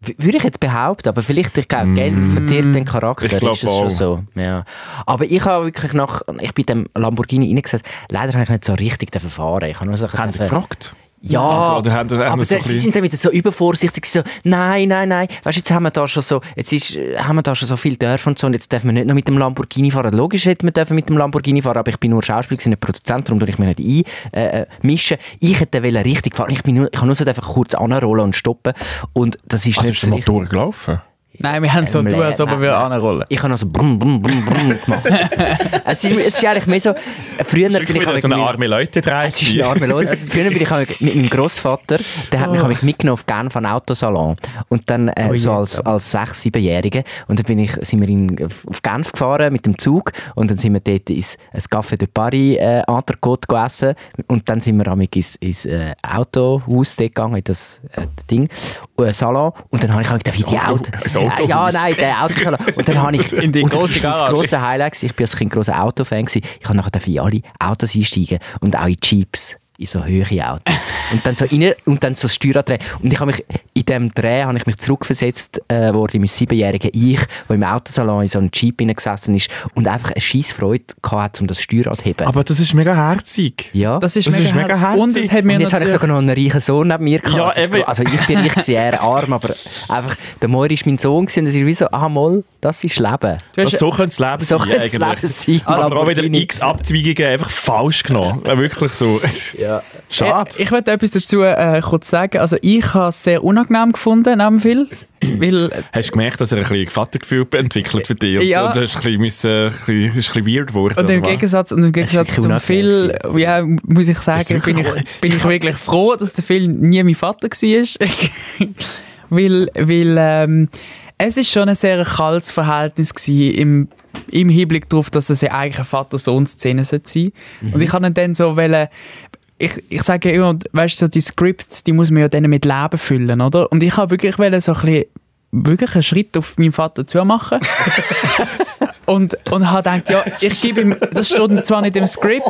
Speaker 3: W- Würde ich jetzt behaupten, aber vielleicht, ich glaube, Geld verdirbt den Charakter,
Speaker 2: Mm. Ich glaub
Speaker 3: ist es
Speaker 2: auch.
Speaker 3: schon so. Ja. Aber ich habe wirklich nach, ich bin dem Lamborghini reingesetzt, leider habe ich nicht so richtig dürfen fahren. Ich habe nur so ein
Speaker 2: Haben die
Speaker 3: bisschen-
Speaker 2: gefragt?
Speaker 3: Ja,
Speaker 2: Also, oder haben- haben
Speaker 3: aber
Speaker 2: so
Speaker 3: sie-
Speaker 2: ein
Speaker 3: sie
Speaker 2: bisschen-
Speaker 3: sind damit so übervorsichtig, so, nein, nein, nein, weißt, jetzt haben wir da schon so, jetzt ist, äh, haben wir da schon so viel Dörfer und so und jetzt dürfen wir nicht noch mit dem Lamborghini fahren. Logisch hätten wir dürfen mit dem Lamborghini fahren, aber ich bin nur Schauspieler, gewesen, nicht Produzent, darum tue ich mich nicht ein, äh, äh, mischen. Ich hätte wollen richtig fahren, ich, bin nur, ich kann nur so einfach kurz anrollen und stoppen und das ist
Speaker 2: Also
Speaker 3: nicht
Speaker 2: ist der
Speaker 3: so
Speaker 2: Motor gelaufen?
Speaker 1: Nein, wir haben so
Speaker 3: Ähm,
Speaker 1: tun, als ob
Speaker 3: nein,
Speaker 1: wir
Speaker 3: nein.
Speaker 1: anrollen.
Speaker 3: ich habe noch so brumm, brumm, brumm, brumm gemacht. Äh, es, ist, es ist eigentlich mehr so, äh, früher
Speaker 2: Das ist
Speaker 3: bin ich...
Speaker 2: wieder so eine
Speaker 3: auch-
Speaker 2: arme Leute drei.
Speaker 3: Es ist ein armer Lord. Also, Früher bin ich auch mit meinem Großvater, der hat mich, hat mich mitgenommen auf Genf an einen Autosalon. Und dann äh,
Speaker 1: Oh je,
Speaker 3: so als, als sechs, siebenjährige Und dann bin ich, sind wir in, auf Genf gefahren mit dem Zug und dann sind wir dort ins ins Café de Paris äh, Entrecote gegessen und dann sind wir amig ins, ins äh, Autohaus dort gegangen, in das äh, Ding, äh, Salon. Und dann habe ich auch gedacht, wie die
Speaker 2: Auto-
Speaker 3: Auto...
Speaker 2: das Autohaus.
Speaker 3: ja, nein, der Autosalon. Und dann habe ich...
Speaker 1: In die
Speaker 3: und das
Speaker 1: grosse
Speaker 3: ist mein
Speaker 1: Garage.
Speaker 3: grosses Highlight. gewesen. Ich bin als Kind grosser Autofan. gewesen. Ich habe nachher dürfen in alle Autos einsteigen und auch in Jeeps. In so höhere Autos. Und dann so rein, und dann so das Steuer drehen. Und ich habe mich, in dem Dreh habe ich mich zurückversetzt äh, worden in mein siebenjährigen Ich, der im Autosalon in so einem Jeep hineingesessen ist und einfach eine scheisse Freude hatte, um das Steuer zu heben.
Speaker 2: Aber das ist mega herzig.
Speaker 3: ja.
Speaker 1: Das ist,
Speaker 2: Das
Speaker 1: mega,
Speaker 2: ist mega herzig.
Speaker 1: Und es hat mir
Speaker 3: und jetzt habe ich
Speaker 1: natürlich...
Speaker 3: sogar noch einen reichen Sohn neben mir gehabt.
Speaker 2: Ja,
Speaker 3: Das ist
Speaker 2: eben.
Speaker 3: cool. Also ich bin ich war eher arm, aber einfach, der Moiri war mein Sohn gewesen, und es ist wie so, ah, Moll, das ist Leben.
Speaker 1: Du hast-
Speaker 2: Das, Also so könnte das Leben
Speaker 3: So
Speaker 2: sein.
Speaker 3: könnte das
Speaker 2: eigentlich.
Speaker 3: Leben sein,
Speaker 2: Aber auch wieder
Speaker 3: Lamborghini.
Speaker 2: x Abzweigungen einfach falsch genommen. Ja, Wirklich so.
Speaker 3: Ja.
Speaker 2: Schade.
Speaker 1: Ich, ich möchte etwas dazu äh, kurz sagen. Also ich habe es sehr unangenehm gefunden neben Phil, weil äh,
Speaker 2: Hast du gemerkt, dass er ein bisschen Vatergefühl entwickelt für dich? Und,
Speaker 1: Ja.
Speaker 2: und hast ein bisschen, müssen, ein bisschen, ist ein bisschen weird geworden.
Speaker 1: Und im
Speaker 2: oder was?
Speaker 1: Gegensatz, und im Gegensatz
Speaker 3: wirklich
Speaker 1: zum Phil,
Speaker 3: unangenehm
Speaker 1: ja, muss ich sagen,
Speaker 2: Ist es
Speaker 1: bin
Speaker 2: wirklich
Speaker 1: ich, bin ich wirklich froh, dass der Phil nie mein Vater war. weil weil ähm, es ist schon ein sehr kaltes Verhältnis gewesen im, im Hinblick darauf, dass es ja eigentlich eine Vater-Sohn-Szene sein sollte. Und
Speaker 2: Mhm.
Speaker 1: ich habe ihn dann so wollen, ich, ich sage ja immer, weißt du, so die Scripts, die muss man ja dann mit Leben füllen, oder? Und ich habe wirklich wollen, so ein bisschen, wirklich einen Schritt auf meinen Vater zu machen. und, und habe gedacht, ja, ich gebe ihm, das steht zwar nicht im Skript,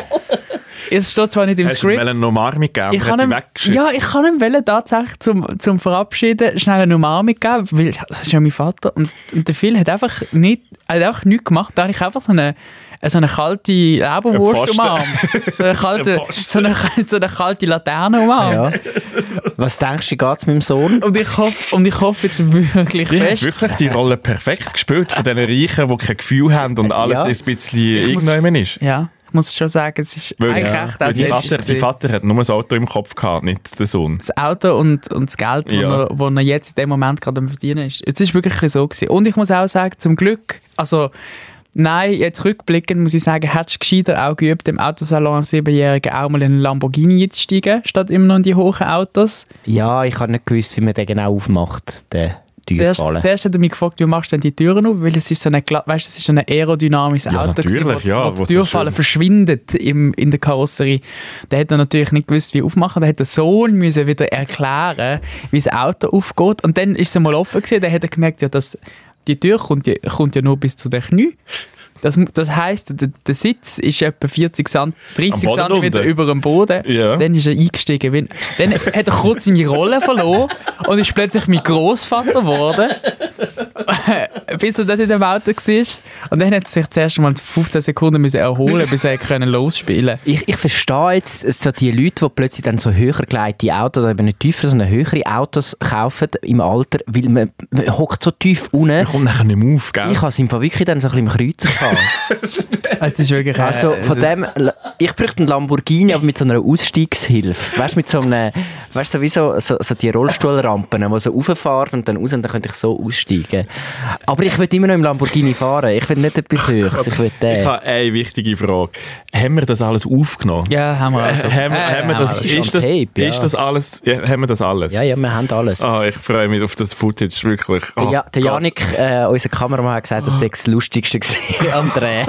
Speaker 1: Es steht zwar nicht im
Speaker 2: Hast du ihm
Speaker 1: Skript.
Speaker 2: einen Nomar mitgegeben?
Speaker 1: Ich
Speaker 2: und
Speaker 1: kann
Speaker 2: hat ihn
Speaker 1: ihm,
Speaker 2: weggeschickt.
Speaker 1: ja, ich kann ihm wollen, tatsächlich zum, zum Verabschieden schnell eine Umarmung geben, weil das ist ja mein Vater. Und, und der Phil hat einfach, nicht, hat einfach nichts gemacht. Da habe ich einfach so eine, so eine kalte Leberwurst
Speaker 2: Pfosten.
Speaker 1: umarmt. So eine kalte,
Speaker 2: Eine Pfosten.
Speaker 1: so eine, so eine kalte Laterne umarmt.
Speaker 3: Ja. Was denkst du, geht's mit dem Sohn?
Speaker 1: Und, ich hoffe, und ich hoffe jetzt wirklich
Speaker 2: Die haben
Speaker 1: fest.
Speaker 2: wirklich die Rolle perfekt gespielt von diesen Reichen, die kein Gefühl haben und alles
Speaker 3: Ja.
Speaker 2: ein bisschen
Speaker 1: Also, muss-
Speaker 2: irgendjemand ist.
Speaker 1: Ja, ich muss schon sagen, es ist
Speaker 2: Weil,
Speaker 1: eigentlich
Speaker 2: ja.
Speaker 1: echt
Speaker 2: weil die,
Speaker 1: authentisch
Speaker 2: Vater, die
Speaker 1: gewesen.
Speaker 2: Vater hat nur das Auto im Kopf gehabt, nicht der Sohn.
Speaker 1: das Auto und, und das Geld, das
Speaker 2: Ja.
Speaker 1: er, wo er jetzt in dem Moment gerade am Verdienen ist. Es war wirklich ein bisschen so. Gewesen. Und ich muss auch sagen, zum Glück, also nein, jetzt rückblickend muss ich sagen, hättest du gescheiter auch geübt, im Autosalon als Siebenjährigen auch mal in einen Lamborghini einzusteigen, statt immer noch in die hohen Autos.
Speaker 3: Ja, ich habe nicht gewusst, wie man den genau aufmacht, den
Speaker 1: Zuerst,
Speaker 3: Türfallen.
Speaker 1: zuerst hat er mich gefragt, wie machst du denn die Türen auf? Weil es ist so ein, gla- weißt, es ist so ein aerodynamisches
Speaker 2: Ja,
Speaker 1: Auto, gewesen,
Speaker 2: natürlich,
Speaker 1: wo, die-
Speaker 2: ja,
Speaker 1: wo die
Speaker 2: wo so
Speaker 1: Türfalle
Speaker 2: schön-
Speaker 1: verschwindet im, in der Karosserie. Da hat er natürlich nicht gewusst, wie aufmachen. Da hat der Sohn müssen wieder erklären, wie das Auto aufgeht. Und dann ist es mal offen gewesen. Dann hat er gemerkt, ja, dass die Tür kommt ja, kommt ja nur bis zu den Knie. Das, mu- das heisst, der, der Sitz ist etwa 40 cm, 30
Speaker 2: Am Boden
Speaker 1: cm
Speaker 2: unten.
Speaker 1: über dem Boden.
Speaker 2: Ja.
Speaker 1: Dann ist er eingestiegen. wie- Dann hat er kurz seine Rolle verloren und ist plötzlich mein Großvater geworden. bis er dort in dem Auto war. Und dann hat er sich zuerst mal 15 Sekunden müssen erholen bis er können losspielen
Speaker 3: Ich, ich verstehe jetzt es so die Leute, die plötzlich dann so höher geleitete Autos, also eben nicht tiefer, sondern höhere Autos kaufen im Alter, weil man man hockt so tief unten.
Speaker 2: Er kommt nachher nicht mehr auf, gell?
Speaker 3: Ich habe es im Fall wirklich dann so ein bisschen im Kreuz gehabt.
Speaker 1: konnte. Also, es ist wirklich, äh,
Speaker 3: Also von
Speaker 1: das-
Speaker 3: dem, ich bräuchte einen Lamborghini, aber mit so einer Ausstiegshilfe. Weißt du, mit so einem, weißt du, so wie so, so, so die Rollstuhlrampen, die so rauffahren und dann raus und dann könnte ich so aussteigen. Aber ich will immer noch im Lamborghini fahren. Ich will nicht etwas Höchstes. Ich will
Speaker 2: Ich
Speaker 3: den.
Speaker 2: habe eine wichtige Frage. Haben wir das alles aufgenommen?
Speaker 1: Ja, haben wir also.
Speaker 2: Äh, haben, wir-
Speaker 1: Äh,
Speaker 2: haben wir das,
Speaker 3: wir alles.
Speaker 2: ist, das,
Speaker 3: Ist am Tape, ja.
Speaker 2: ist das alles? Ja, haben wir das alles?
Speaker 3: Ja, ja, wir haben alles.
Speaker 2: Ah, ich freue mich auf das Footage, wirklich.
Speaker 3: Der,
Speaker 2: Ah,
Speaker 3: ja, der
Speaker 2: Gott.
Speaker 3: Janik, äh, unser Kameramann, hat gesagt, das sei das Lustigste gewesen am Dreh.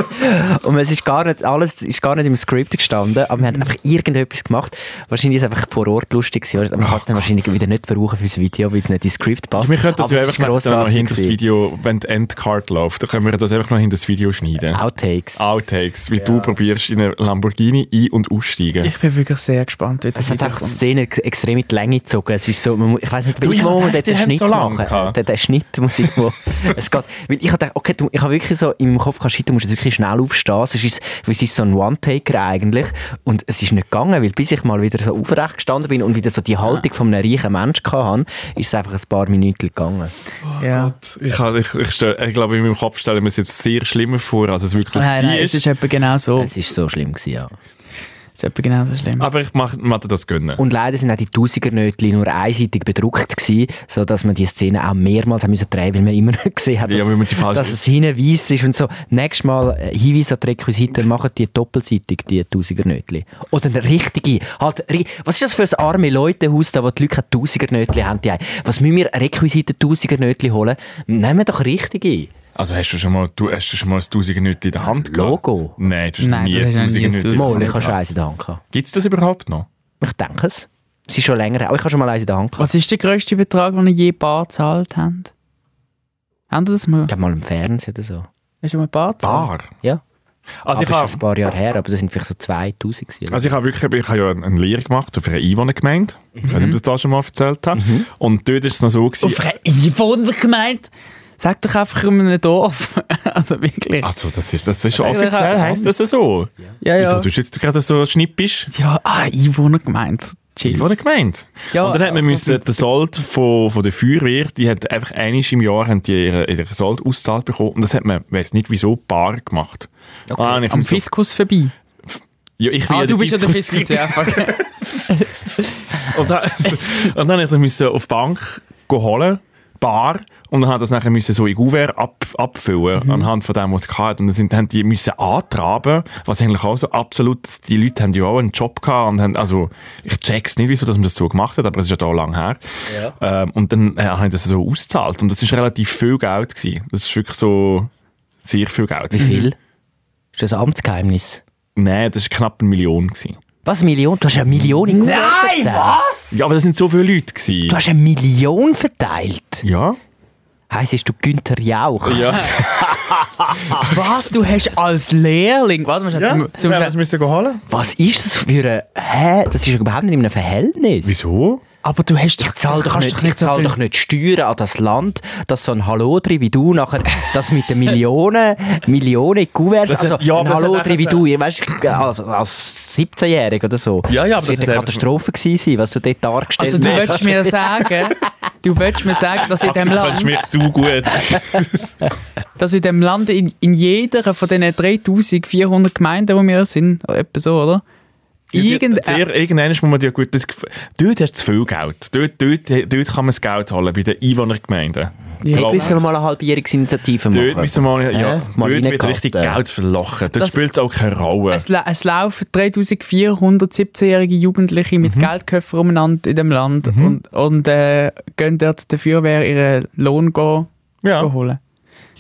Speaker 3: Und es ist gar nicht, alles ist gar nicht im Skript gestanden, aber wir haben einfach irgendetwas gemacht. Wahrscheinlich ist es einfach vor Ort lustig gewesen, aber man kann es dann wahrscheinlich wieder nicht brauchen fürs Video, weil es nicht ins Skript passt.
Speaker 2: Wir können das
Speaker 3: aber
Speaker 2: ja
Speaker 3: es
Speaker 2: einfach
Speaker 3: ist
Speaker 2: noch- dann noch
Speaker 3: grossartig
Speaker 2: hinter das
Speaker 3: gewesen.
Speaker 2: Video, wenn die Endcard läuft, dann können wir das einfach noch hinter das Video schneiden.
Speaker 3: Outtakes.
Speaker 2: Outtakes, wie du probierst in einen Lamborghini ein- und aussteigen.
Speaker 1: Ich bin wirklich sehr gespannt, wie das
Speaker 3: Es hat einfach die
Speaker 1: weiterkommt.
Speaker 3: Szene ex- extrem in die Länge gezogen. Es ist so, man, mu- ich weiß nicht,
Speaker 2: Du, ich
Speaker 3: irgendwo
Speaker 2: hab
Speaker 3: muss man
Speaker 2: gedacht,
Speaker 3: dort den
Speaker 2: die haben
Speaker 3: Schnitt
Speaker 2: so lang
Speaker 3: machen.
Speaker 2: gehabt.
Speaker 3: Der, der Schnitt muss irgendwo. es geht. Weil ich habe okay, du, ich habe wirklich so im Kopf gehabt, shit, du musst jetzt wirklich schnell aufstehen. Es ist, weil es ist so ein One-Taker eigentlich. Und es ist nicht gegangen, weil bis ich mal wieder so aufrecht gestanden bin und wieder so die Haltung von einem reichen Menschen gehabt habe, ist es einfach ein paar Minuten gegangen.
Speaker 2: Oh
Speaker 1: Ja.
Speaker 2: Ich, hab- ich, ich, stell, ich glaube, in meinem Kopf stelle ich mir es jetzt sehr schlimmer vor, als es wirklich
Speaker 1: Nein, nein, es
Speaker 2: ist.
Speaker 1: ist etwa genau so. Es
Speaker 3: Es ist so schlimm gewesen, ja.
Speaker 1: ist etwa genau so schlimm.
Speaker 2: Aber ich mach- mag dir das gönnen.
Speaker 3: Und leider sind auch die Tausigernötchen nur einseitig bedruckt gewesen, so dass man die Szene auch mehrmals haben müssen drehen, weil man immer nicht gesehen hat,
Speaker 2: Ja, weil man die falsche-
Speaker 3: dass es hinten weiss ist und so. Nächstes Mal äh, Hinweis an die Requisiten, machen die doppelseitig, die Tausigernötchen. Oder eine richtige. Halt, ri- was ist das für ein arme Leutehaus da, wo die Leute keine Tausigernötchen haben? Die haben? Was müssen wir Requisiten Tausigernötchen holen? Nehmen wir doch richtige.
Speaker 2: Also hast du schon mal, du, hast du schon mal das Tausignötchen in der Hand gehabt?
Speaker 3: Logo.
Speaker 2: Nein, du hast
Speaker 1: Nein,
Speaker 2: nie
Speaker 1: das ist
Speaker 2: ein
Speaker 1: noch nie ein
Speaker 2: Tausignötchen in der
Speaker 3: Mal,
Speaker 2: Hand
Speaker 3: ich habe schon
Speaker 2: gehabt.
Speaker 3: eins in der Hand gehabt.
Speaker 2: Gibt's das überhaupt noch?
Speaker 3: Ich denke es. Sie ist schon länger, her. oh, ich habe schon mal eins in der Hand gehabt.
Speaker 1: Was ist der grösste Betrag, den ihr je bar gezahlt habt? Haben ihr das mal?
Speaker 3: Ich glaube mal im Fernsehen oder so.
Speaker 1: Hast du mal bar gezahlt?
Speaker 2: Bar.
Speaker 3: Ja.
Speaker 2: Also
Speaker 3: Also
Speaker 2: ich
Speaker 3: aber ich ist
Speaker 2: habe
Speaker 3: ein paar Jahre her, aber das sind vielleicht so 2000 gewesen.
Speaker 2: also ich hab wirklich, ich habe ja eine Lehre gemacht auf einer Einwohnergemeinde. Ich weiß nicht, ob
Speaker 1: Mhm.
Speaker 2: ich das da schon mal erzählt habe. Und dort war es noch so. Gewesen,
Speaker 1: Auf eine iPhone gemeint? Sag doch einfach in einem Dorf. also wirklich.
Speaker 2: also das ist, das ist
Speaker 1: Also ich
Speaker 2: offiziell,
Speaker 1: hab-
Speaker 2: heisst das so?
Speaker 1: Ja,
Speaker 2: Wieso
Speaker 1: ja.
Speaker 2: du jetzt gerade so schnippisch?
Speaker 1: Ja, ah, Einwohner gemeint. Chill.
Speaker 2: Einwohner gemeint.
Speaker 1: Ja,
Speaker 2: und dann hat man
Speaker 1: aber-
Speaker 2: müssen, den Sold von, von der Feuerwehr, die hat einfach einmal im Jahr haben die ihre, ihre Sold ausgezahlt bekommen und das hat man, weiß nicht wieso, bar gemacht. Ah, und ich
Speaker 1: Am
Speaker 2: muss so-
Speaker 1: Fiskus vorbei.
Speaker 2: Ja, ich bin
Speaker 1: Ah,
Speaker 2: ja
Speaker 1: du bist ja der Fiskus. Ja, fuck.
Speaker 2: Und dann, und dann musste ich das auf die Bank holen, bar, und dann hat das nachher müssen so in Gouverne ab, abfüllen, anhand von dem, was ich hatte. Und dann sind, haben die müssen antraben, was eigentlich auch so absolut, die Leute haben ja auch einen Job gehabt und haben, also, ich check's nicht, wieso dass man das so gemacht hat, aber es ist ja da lang her. Ähm, und dann äh, habe ich das so ausgezahlt und das ist relativ viel Geld gewesen. Das ist wirklich so, sehr viel Geld. Mhm.
Speaker 3: Wie viel? Ist das ein Amtsgeheimnis?
Speaker 2: Nein, das war knapp eine Million. Gewesen.
Speaker 3: Was, eine Million? Du hast eine Million in Nein, was?
Speaker 2: Ja, aber das sind so viele Leute.
Speaker 3: Du
Speaker 2: Gewesen.
Speaker 3: hast eine Million verteilt?
Speaker 2: Ja?
Speaker 3: Heißt du Günther Jauch?
Speaker 2: Ja.
Speaker 1: Was? Du hast als Lehrling. Warte mal, schnell,
Speaker 2: Ja,
Speaker 1: zum, zum
Speaker 2: ja, das müssen wir holen.
Speaker 3: Was ist das für ein... Hä? Das ist ja überhaupt nicht in einem Verhältnis.
Speaker 2: Wieso?
Speaker 1: Aber du hast doch,
Speaker 3: Ich zahle
Speaker 1: du
Speaker 3: doch,
Speaker 1: kannst
Speaker 3: nicht- ich zahl
Speaker 1: viel-
Speaker 3: doch nicht Steuern an das Land, dass so ein Halodri wie du nachher das mit den Millionen, Millionen Kuverts,
Speaker 2: Das hat-
Speaker 3: also
Speaker 2: ja,
Speaker 3: ein
Speaker 2: aber das hat
Speaker 3: Halodri
Speaker 2: nachher-
Speaker 3: wie du, ihr weißt, als, als 17-Jähriger oder so.
Speaker 2: Ja, ja, aber
Speaker 3: das wird
Speaker 2: das
Speaker 3: eine
Speaker 2: hat einfach-
Speaker 3: Katastrophe gewesen sein, was du dort dargestellt
Speaker 1: Also du
Speaker 3: hast.
Speaker 1: willst mir sagen, du willst mir sagen, dass in
Speaker 2: Ach, du
Speaker 1: dem
Speaker 2: kennst
Speaker 1: Land,
Speaker 2: mich zu gut.
Speaker 1: dass in dem Land in, in jeder von diesen 3400 Gemeinden, wo wir sind, oder etwa so, oder? Irgend, äh,
Speaker 2: Sehr, irgendwann muss man dir gut... Das, Gef- dort hast du zu viel Geld. Dort, dort, dort kann man das Geld holen, bei den Einwohnergemeinden.
Speaker 1: Ja.
Speaker 3: Dort
Speaker 2: Glaub
Speaker 3: müssen wir
Speaker 2: mir.
Speaker 3: mal eine Halbjährungsinitiative machen.
Speaker 2: Dort müssen wir mal, ja,
Speaker 3: Hä?
Speaker 2: dort
Speaker 3: Mal
Speaker 2: wird
Speaker 3: reingehen.
Speaker 2: richtig Geld verlochen. Dort
Speaker 1: Das-
Speaker 2: spielt es auch keine Rolle.
Speaker 1: es, la- es laufen 3417-jährige Jugendliche
Speaker 2: Mhm.
Speaker 1: mit Geldköpfen umeinander in dem Land und, und äh, gehen dort der Feuerwehr ihren Lohn go,
Speaker 2: Ja.
Speaker 1: go holen.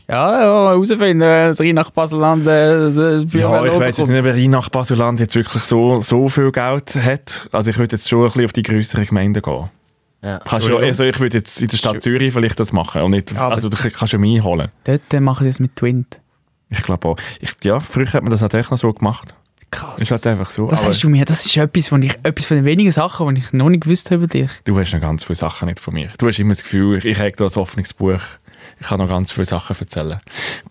Speaker 1: Ja, ja, herausfinden, äh, das Rhein nach Baselland, äh, das Feuerwehr
Speaker 2: Ja, ich
Speaker 1: oben
Speaker 2: weiß jetzt
Speaker 1: kommt.
Speaker 2: nicht, ob Rheinach Baselland jetzt wirklich so, so viel Geld hat. Also ich würde jetzt schon ein bisschen auf die grösseren Gemeinden gehen.
Speaker 3: Ja.
Speaker 2: Kannst schon, also ich würde jetzt in der Stadt Zürich vielleicht das machen. Und nicht,
Speaker 1: aber-
Speaker 2: also du k- kannst ja mich holen.
Speaker 1: Dort äh, machen sie es mit Twint.
Speaker 2: Ich glaube auch. Ich, ja, früher hat man das natürlich noch so gemacht.
Speaker 1: Krass.
Speaker 2: Ist halt einfach so.
Speaker 1: Das
Speaker 2: aber
Speaker 1: hast du mir, das ist etwas, wo ich, etwas von den wenigen Sachen, die ich noch nicht gewusst habe über dich.
Speaker 2: du weißt noch ganz viele Sachen nicht von mir. Du hast immer das Gefühl, ich, ich habe da ein offenes Buch. Ich kann noch ganz viele Sachen erzählen.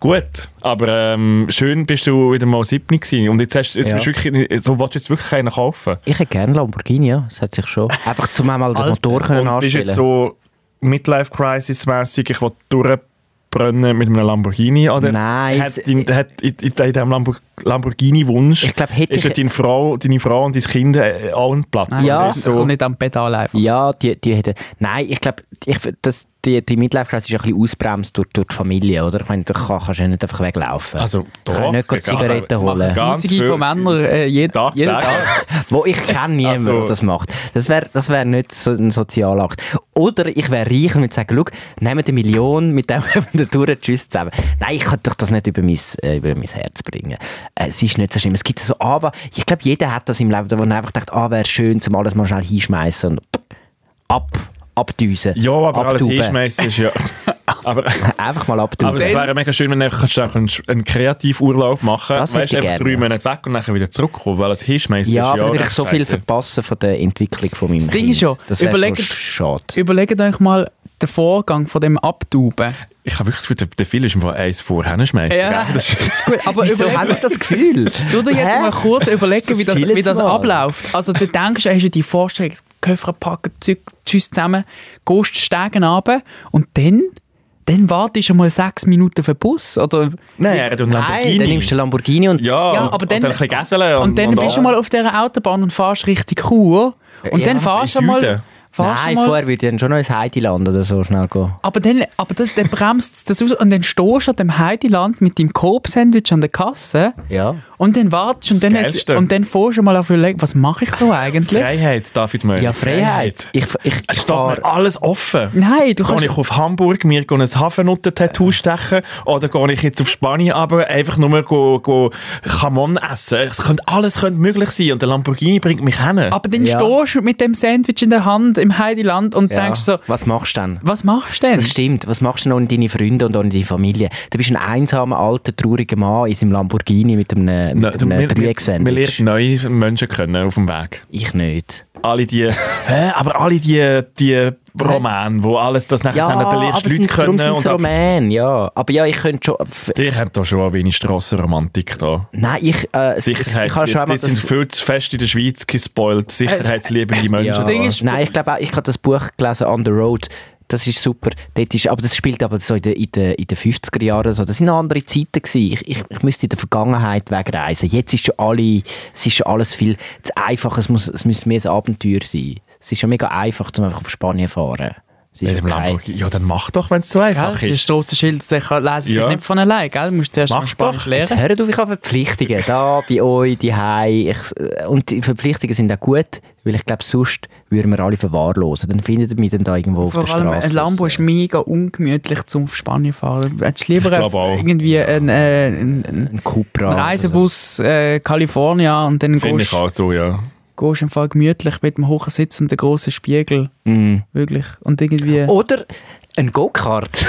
Speaker 2: Gut, aber ähm, schön bist du wieder mal 7 gewesen. Und jetzt, hast, jetzt
Speaker 3: Ja.
Speaker 2: bist du wirklich, nicht- so willst du jetzt wirklich einen kaufen.
Speaker 3: Ich hätte gerne Lamborghini, ja. Das hat sich schon. Einfach zum einmal den
Speaker 1: Alter,
Speaker 3: Motor können
Speaker 2: Und bist
Speaker 3: anstellen.
Speaker 2: jetzt so Midlife-Crisis-mässig, ich will durchbrennen mit einem Lamborghini? Oder
Speaker 3: Nein,
Speaker 2: Hat
Speaker 3: es-
Speaker 2: in, hat in, in diesem Lambo Lamborghini-Wunsch
Speaker 3: Ich glaub, hätte
Speaker 2: ist ja
Speaker 3: ich-
Speaker 2: deine Frau, deine Frau und dein Kind äh, auch ein Platz?
Speaker 1: Nein,
Speaker 3: Ja.
Speaker 1: das ist- das kommt nicht am Pedal einfach.
Speaker 3: Ja, die, die hätten. Nein, ich glaube, ich, das, die, die Midlife-Crisis ist ein bisschen ausbremst durch, durch die Familie, oder? Ich meine, du kann- kannst ja nicht einfach weglaufen.
Speaker 2: Also,
Speaker 3: Ich kann nicht gerade
Speaker 2: also,
Speaker 3: Zigaretten
Speaker 2: machen
Speaker 3: holen.
Speaker 2: ganz
Speaker 1: Tausende
Speaker 2: viel-
Speaker 1: von Männern, äh, jed,
Speaker 2: Tag,
Speaker 1: jeden
Speaker 2: Tag.
Speaker 1: Tag.
Speaker 3: Wo ich kenne niemanden,
Speaker 2: Also-
Speaker 3: der das macht. Das wäre das wär nicht so ein Sozialakt. Oder ich wäre reich und würde sagen, schau, nehmt eine Million, mit dem haben wir Tour Tschüss zusammen. Nein, ich kann doch das nicht über mein, äh, über mein Herz bringen. Äh, es ist nicht so schlimm. Es gibt so Anwa Ich glaube, jeder hat das im Leben, wo er einfach denkt, ah, wäre schön, zum alles mal schnell hinschmeißen und ab, abdüsen.
Speaker 2: Ja, aber alles
Speaker 3: Abtauben.
Speaker 2: hinschmeißen ist ja... aber,
Speaker 3: Einfach mal
Speaker 2: aber
Speaker 3: abdüsen.
Speaker 2: es wäre mega schön, wenn du kannst auch einen, einen Kreativurlaub machen kannst.
Speaker 3: Das hätte
Speaker 2: Weißt
Speaker 3: ich
Speaker 2: einfach
Speaker 3: gerne,
Speaker 2: drei
Speaker 3: ja.
Speaker 2: Monate weg und dann wieder zurückkommen, weil das hinschmeißen
Speaker 3: Ja,
Speaker 2: ist
Speaker 3: aber
Speaker 2: ja...
Speaker 3: dann würde ich
Speaker 2: recht
Speaker 3: so viel
Speaker 2: scheisse.
Speaker 3: verpassen von der Entwicklung von meinem
Speaker 1: Ding
Speaker 3: Kind.
Speaker 1: ist ja,
Speaker 3: das wäre
Speaker 1: überlegt-
Speaker 3: schon schade.
Speaker 1: Überlegt euch mal den Vorgang von dem Abtauben.
Speaker 2: Ich habe wirklich das Gefühl, der- der Phil ist einfach eins vorher schmeißen.
Speaker 1: Ja.
Speaker 2: Das ist
Speaker 1: Ist gut, aber
Speaker 3: Wieso haben wir
Speaker 1: überleg,
Speaker 3: das Gefühl?
Speaker 1: du dir jetzt
Speaker 3: Hä?
Speaker 1: mal kurz überlegen, wie
Speaker 3: Das
Speaker 1: das,
Speaker 3: viel
Speaker 1: wie
Speaker 3: jetzt
Speaker 1: das
Speaker 3: mal.
Speaker 1: abläuft. Also du denkst, hast du die Vorstellung, Koffer packen, Zeug, tschüss zusammen, gehst die Stege runter und dann, dann wartest du mal sechs Minuten auf den Bus oder...
Speaker 2: Nein, er hat einen Lamborghini.
Speaker 3: Nein, dann nimmst du einen Lamborghini und
Speaker 2: ja,
Speaker 1: Ja,
Speaker 2: und-
Speaker 1: aber
Speaker 2: und
Speaker 1: dann-
Speaker 2: ein bisschen Gäseln
Speaker 1: Und dann bist du mal auf dieser Autobahn und fährst richtig Chur. Und
Speaker 3: Ja,
Speaker 1: dann fährst du
Speaker 2: im
Speaker 1: mal.
Speaker 2: Süden.
Speaker 1: Fährst
Speaker 3: Nein,
Speaker 1: du mal
Speaker 3: vorher würde ich dann schon noch ins Heideland oder so schnell gehen.
Speaker 1: aber dann, aber das, dann bremst das aus und dann stehst du an dem Heideland mit deinem Coop-Sandwich an der Kasse
Speaker 3: Ja.
Speaker 1: und dann wartest und
Speaker 2: Das
Speaker 1: dann,
Speaker 2: Geilste.
Speaker 1: und dann fährst du mal auf überlegen, was mache ich da eigentlich?
Speaker 2: Freiheit, David Möller.
Speaker 3: Ja, Freiheit. Ich, ich,
Speaker 2: Es
Speaker 3: ich
Speaker 2: steht mir
Speaker 3: fahre
Speaker 2: alles offen.
Speaker 1: Nein, du
Speaker 2: Gehe
Speaker 1: kannst.
Speaker 2: ich auf Hamburg, mir gehen ein Hafennutten-Tattoo stechen oder gehe ich jetzt auf Spanien aber einfach nur go, go Jamon essen. Es könnte, alles könnte möglich sein und der Lamborghini bringt mich hin.
Speaker 1: Aber dann
Speaker 3: Ja.
Speaker 1: stehst du mit dem Sandwich in der Hand im Heideland und
Speaker 3: ja.
Speaker 1: denkst so,
Speaker 3: Was machst du denn?
Speaker 1: was machst du denn?
Speaker 3: Das stimmt. Was machst du denn ohne deine Freunde und ohne deine Familie? Du bist ein einsamer, alter, trauriger Mann in seinem Lamborghini mit einem,
Speaker 2: Nein,
Speaker 3: mit
Speaker 2: Ne, du,
Speaker 3: einem
Speaker 2: wir- wir- wir
Speaker 3: Brühe-Sandwich.
Speaker 2: lernen neue Menschen kennen auf dem Weg.
Speaker 3: Ich nicht.
Speaker 2: Alle die, hä, aber alle die, die Romane, wo alles das nachher
Speaker 3: Ja,
Speaker 2: dann
Speaker 3: aber
Speaker 2: den letzten
Speaker 3: es
Speaker 2: Leuten
Speaker 3: sind, darum
Speaker 2: können.
Speaker 3: sind es
Speaker 2: ab-
Speaker 3: Roman, ja. Aber ja, ich könnte schon...
Speaker 2: Ihr habt da schon ein wenig Strassenromantik da.
Speaker 3: Nein, ich... Äh, ich habe schon
Speaker 2: Sicherheitsliebe.
Speaker 3: einmal
Speaker 2: Die sind
Speaker 3: das...
Speaker 2: viel zu fest in der Schweiz gespoilt. Sicherheitsliebende Menschen.
Speaker 3: Ja.
Speaker 1: Das Ding ist-
Speaker 3: Nein, ich glaube auch, ich habe das Buch gelesen, On the Road. Das ist super. Dort ist, aber das spielt aber so in den, in den, in den 50er Jahren so. Das sind andere Zeiten gewesen. Ich, ich, ich müsste in der Vergangenheit wegreisen. Jetzt ist schon alle, es ist schon alles viel zu einfach. Es muss, es muss mehr ein Abenteuer sein. Es ist schon mega einfach, zum einfach auf Spanien zu fahren. Es ist
Speaker 2: Mit dem
Speaker 3: kein-
Speaker 2: Lamborghini. Ja, dann mach doch, wenn es so einfach
Speaker 1: Gell? Die
Speaker 2: ist.
Speaker 1: Strassenschild lesen sich
Speaker 2: Ja.
Speaker 1: nicht von allein, gell? Du musst zuerst
Speaker 2: Mach
Speaker 1: noch Spanisch
Speaker 2: doch.
Speaker 1: lernen.
Speaker 3: Hört auf, ich habe Verpflichtungen. Da, bei euch, die Hei. Und die Verpflichtungen sind auch gut, weil ich glaube, sonst würden wir alle verwahrlosen. Dann findet ihr mich dann da irgendwo auf der
Speaker 1: Vor allem
Speaker 3: Straße.
Speaker 1: ein Lambo ist mega ungemütlich zum auf Spanien fahren. Hättest du
Speaker 2: Ich
Speaker 1: lieber
Speaker 2: glaub auch.
Speaker 1: irgendwie einen, äh, einen, einen
Speaker 3: Ein Cupra. oder so.
Speaker 1: Reisebus äh, California und dann
Speaker 2: Finde ich
Speaker 1: gehst
Speaker 2: auch so, ja.
Speaker 1: gehst du im
Speaker 2: Mhm.
Speaker 1: Fall gemütlich mit dem hohen Sitz und dem grossen Spiegel. Wirklich. Und irgendwie...
Speaker 3: Oder Ein Go-Kart.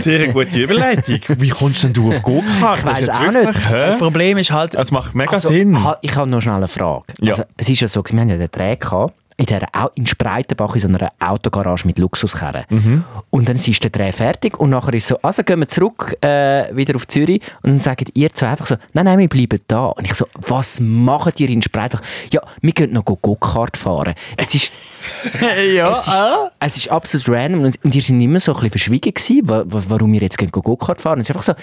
Speaker 2: Sehr gute Überleitung. Wie kommst denn du auf Go-Kart?
Speaker 3: Ich weiss
Speaker 2: Das ist jetzt
Speaker 3: auch
Speaker 2: wirklich, hä?
Speaker 1: Das Problem ist halt,
Speaker 2: Das macht mega
Speaker 3: Also,
Speaker 2: Sinn.
Speaker 3: ha- Ich habe noch schnell eine Frage.
Speaker 2: Ja.
Speaker 3: Also, es ist ja so, wir haben ja den Dreh gehabt, in, der, Au- in Spreitenbach in so einer Autogarage mit Luxuskarren.
Speaker 2: Mhm.
Speaker 3: Und dann ist der Dreh fertig und nachher ist so, also gehen wir zurück äh, wieder auf Zürich und dann sagt ihr zwei einfach so, nein, nein, wir bleiben da. Und ich so, was macht ihr in Spreitenbach? Ja, wir können noch go- Go-Kart fahren. Jetzt ist,
Speaker 1: ja,
Speaker 3: es, ist, es ist absolut random und, und ihr seid immer so ein bisschen verschwiegen gewesen, wa, wa, warum ihr jetzt gehen go- Go-Kart fahren. Es ist einfach so,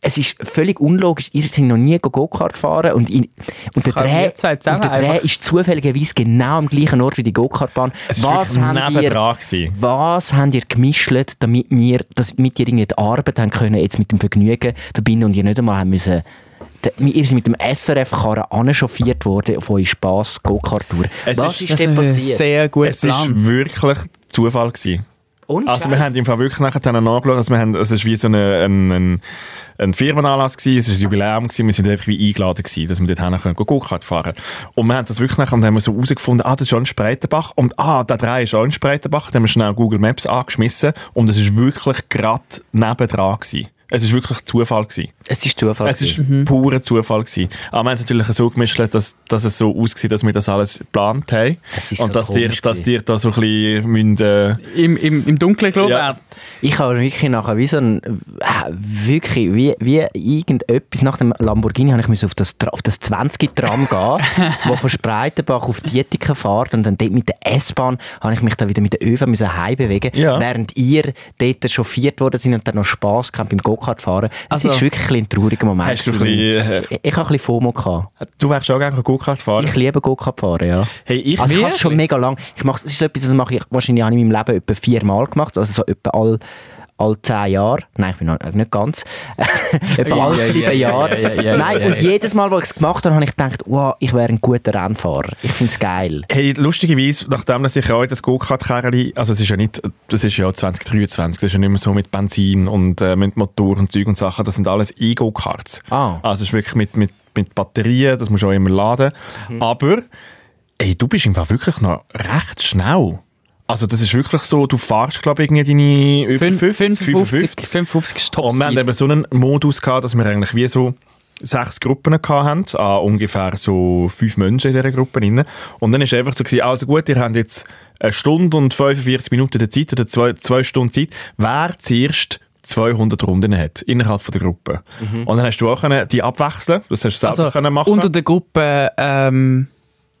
Speaker 3: es ist völlig unlogisch, ihr seid noch nie go- Go-Kart fahren und, in, und der
Speaker 1: Kann
Speaker 3: Dreh,
Speaker 1: wir zwei
Speaker 3: und
Speaker 1: zusammen
Speaker 3: der Dreh
Speaker 1: einfach-
Speaker 3: ist zufälligerweise genau am gleichen Ort wie die Go-Kart-Bahn.
Speaker 2: Es war
Speaker 3: Was habt
Speaker 2: wirklich
Speaker 3: ihr...
Speaker 2: nebendran. gewesen.
Speaker 3: Was habt ihr gemischt, damit wir, dass mit ihr irgendwie die Arbeit haben können, jetzt mit dem Vergnügen verbinden und ihr nicht einmal haben müssen... d- Ihr seid mit dem SRF-Karren anchauffiert worden auf eure Spass-Go-Kart-Tour.
Speaker 2: Es
Speaker 3: Was
Speaker 2: ist-
Speaker 3: ist, denn passiert?
Speaker 1: sehr gut
Speaker 2: Es war
Speaker 1: geplant.
Speaker 2: wirklich Zufall. Gewesen.
Speaker 3: Ohne
Speaker 2: Also wir
Speaker 3: Scheiß.
Speaker 2: haben im Fall wirklich nachher dann nachgeschaut, also wir haben, es war wie so eine, ein, ein, ein Firmenanlass, gewesen, es war ein Jubiläum, gewesen, wir sind einfach wie eingeladen, gewesen, dass wir dort hin können, go Go-Kart fahren. Und wir haben das wirklich nachher, und dann haben wir so herausgefunden, ah, das ist schon Spreitenbach, und ah, der 3 ist auch in Spreitenbach, dann haben wir schnell Google Maps angeschmissen, und es ist wirklich gerade nebendran gewesen. Es ist wirklich Zufall. Gewesen.
Speaker 3: Es ist Zufall.
Speaker 2: Es ist purer Zufall. Gewesen. Aber wir haben es natürlich so gemischt, dass, dass es so aussieht, dass wir das alles geplant haben.
Speaker 3: Es ist
Speaker 2: Und
Speaker 3: so
Speaker 2: dass, dir,
Speaker 3: komisch
Speaker 2: dass
Speaker 3: gewesen.
Speaker 2: dir da so ein bisschen... Müssen, äh,
Speaker 1: Im, im, Im Dunkeln gelobt.
Speaker 2: Ja.
Speaker 3: Ich habe wirklich nachher wie so ein, äh, wirklich, wie, wie irgendetwas, nach dem Lamborghini habe ich müssen auf das, Tra- auf das 20-Tram gehen, wo von Spreitenbach auf Dietiken fährt und dann dort mit der S-Bahn habe ich mich dann wieder mit der ÖV müssen heimbewegen,
Speaker 2: Ja.
Speaker 3: während ihr dort chauffiert worden sind und dann noch Spass gehabt beim Go-Kart fahren. Es
Speaker 1: Also,
Speaker 3: ist wirklich ein, ein trauriger Moment.
Speaker 2: Hast du ein
Speaker 3: gewesen.
Speaker 2: bisschen, äh,
Speaker 3: ich, ich habe ein bisschen FOMO gehabt.
Speaker 2: Du wärst auch gerne Go-Kart fahren?
Speaker 3: Ich liebe Go-Kart fahren, ja.
Speaker 2: hey, ich
Speaker 3: Also ich
Speaker 2: will.
Speaker 3: habe es schon mega lang. Ich mache, das ist so etwas, das mache ich wahrscheinlich habe ich in meinem Leben etwa viermal gemacht, also so etwa all all zehn Jahre, nein, ich bin noch äh, nicht ganz, etwa all
Speaker 1: ja, ja,
Speaker 3: sieben
Speaker 1: ja,
Speaker 3: Jahre.
Speaker 1: ja, ja, ja,
Speaker 3: Nein,
Speaker 1: ja,
Speaker 3: und
Speaker 1: ja.
Speaker 3: jedes Mal, wo ich es gemacht habe, habe ich gedacht, wow, ich wäre ein guter Rennfahrer. Ich finde es geil.
Speaker 2: Hey, lustigerweise, nachdem dass ich auch das Go-Kart-Kerli, also es ist ja nicht, das ist ja 2023, das ist ja nicht mehr so mit Benzin und äh, mit Motor und Zeug und Sachen, das sind alles E-Go-Karts.
Speaker 3: Ah.
Speaker 2: Also es ist wirklich mit, mit, mit Batterien, das musst du auch immer laden.
Speaker 3: Mhm.
Speaker 2: Aber, ey, du bist im Fall wirklich noch recht schnell. Also das ist wirklich so, du fährst, glaube ich, irgendwie deine über 50, 55.
Speaker 1: 55, 55 Stops.
Speaker 2: Und Oh, wir haben eben so einen Modus gehabt, dass wir eigentlich wie so sechs Gruppen gehabt haben, an ungefähr so fünf Menschen in dieser Gruppe. Drin. Und dann ist einfach so, gewesen, also gut, ihr habt jetzt eine Stunde und 45 Minuten der Zeit oder zwei, zwei Stunden Zeit, wer zuerst 200 Runden hat, innerhalb von der Gruppe. Und dann hast du auch können, die abwechseln, das hast Mhm. du selber
Speaker 1: also,
Speaker 2: können machen.
Speaker 1: unter der Gruppe, ähm,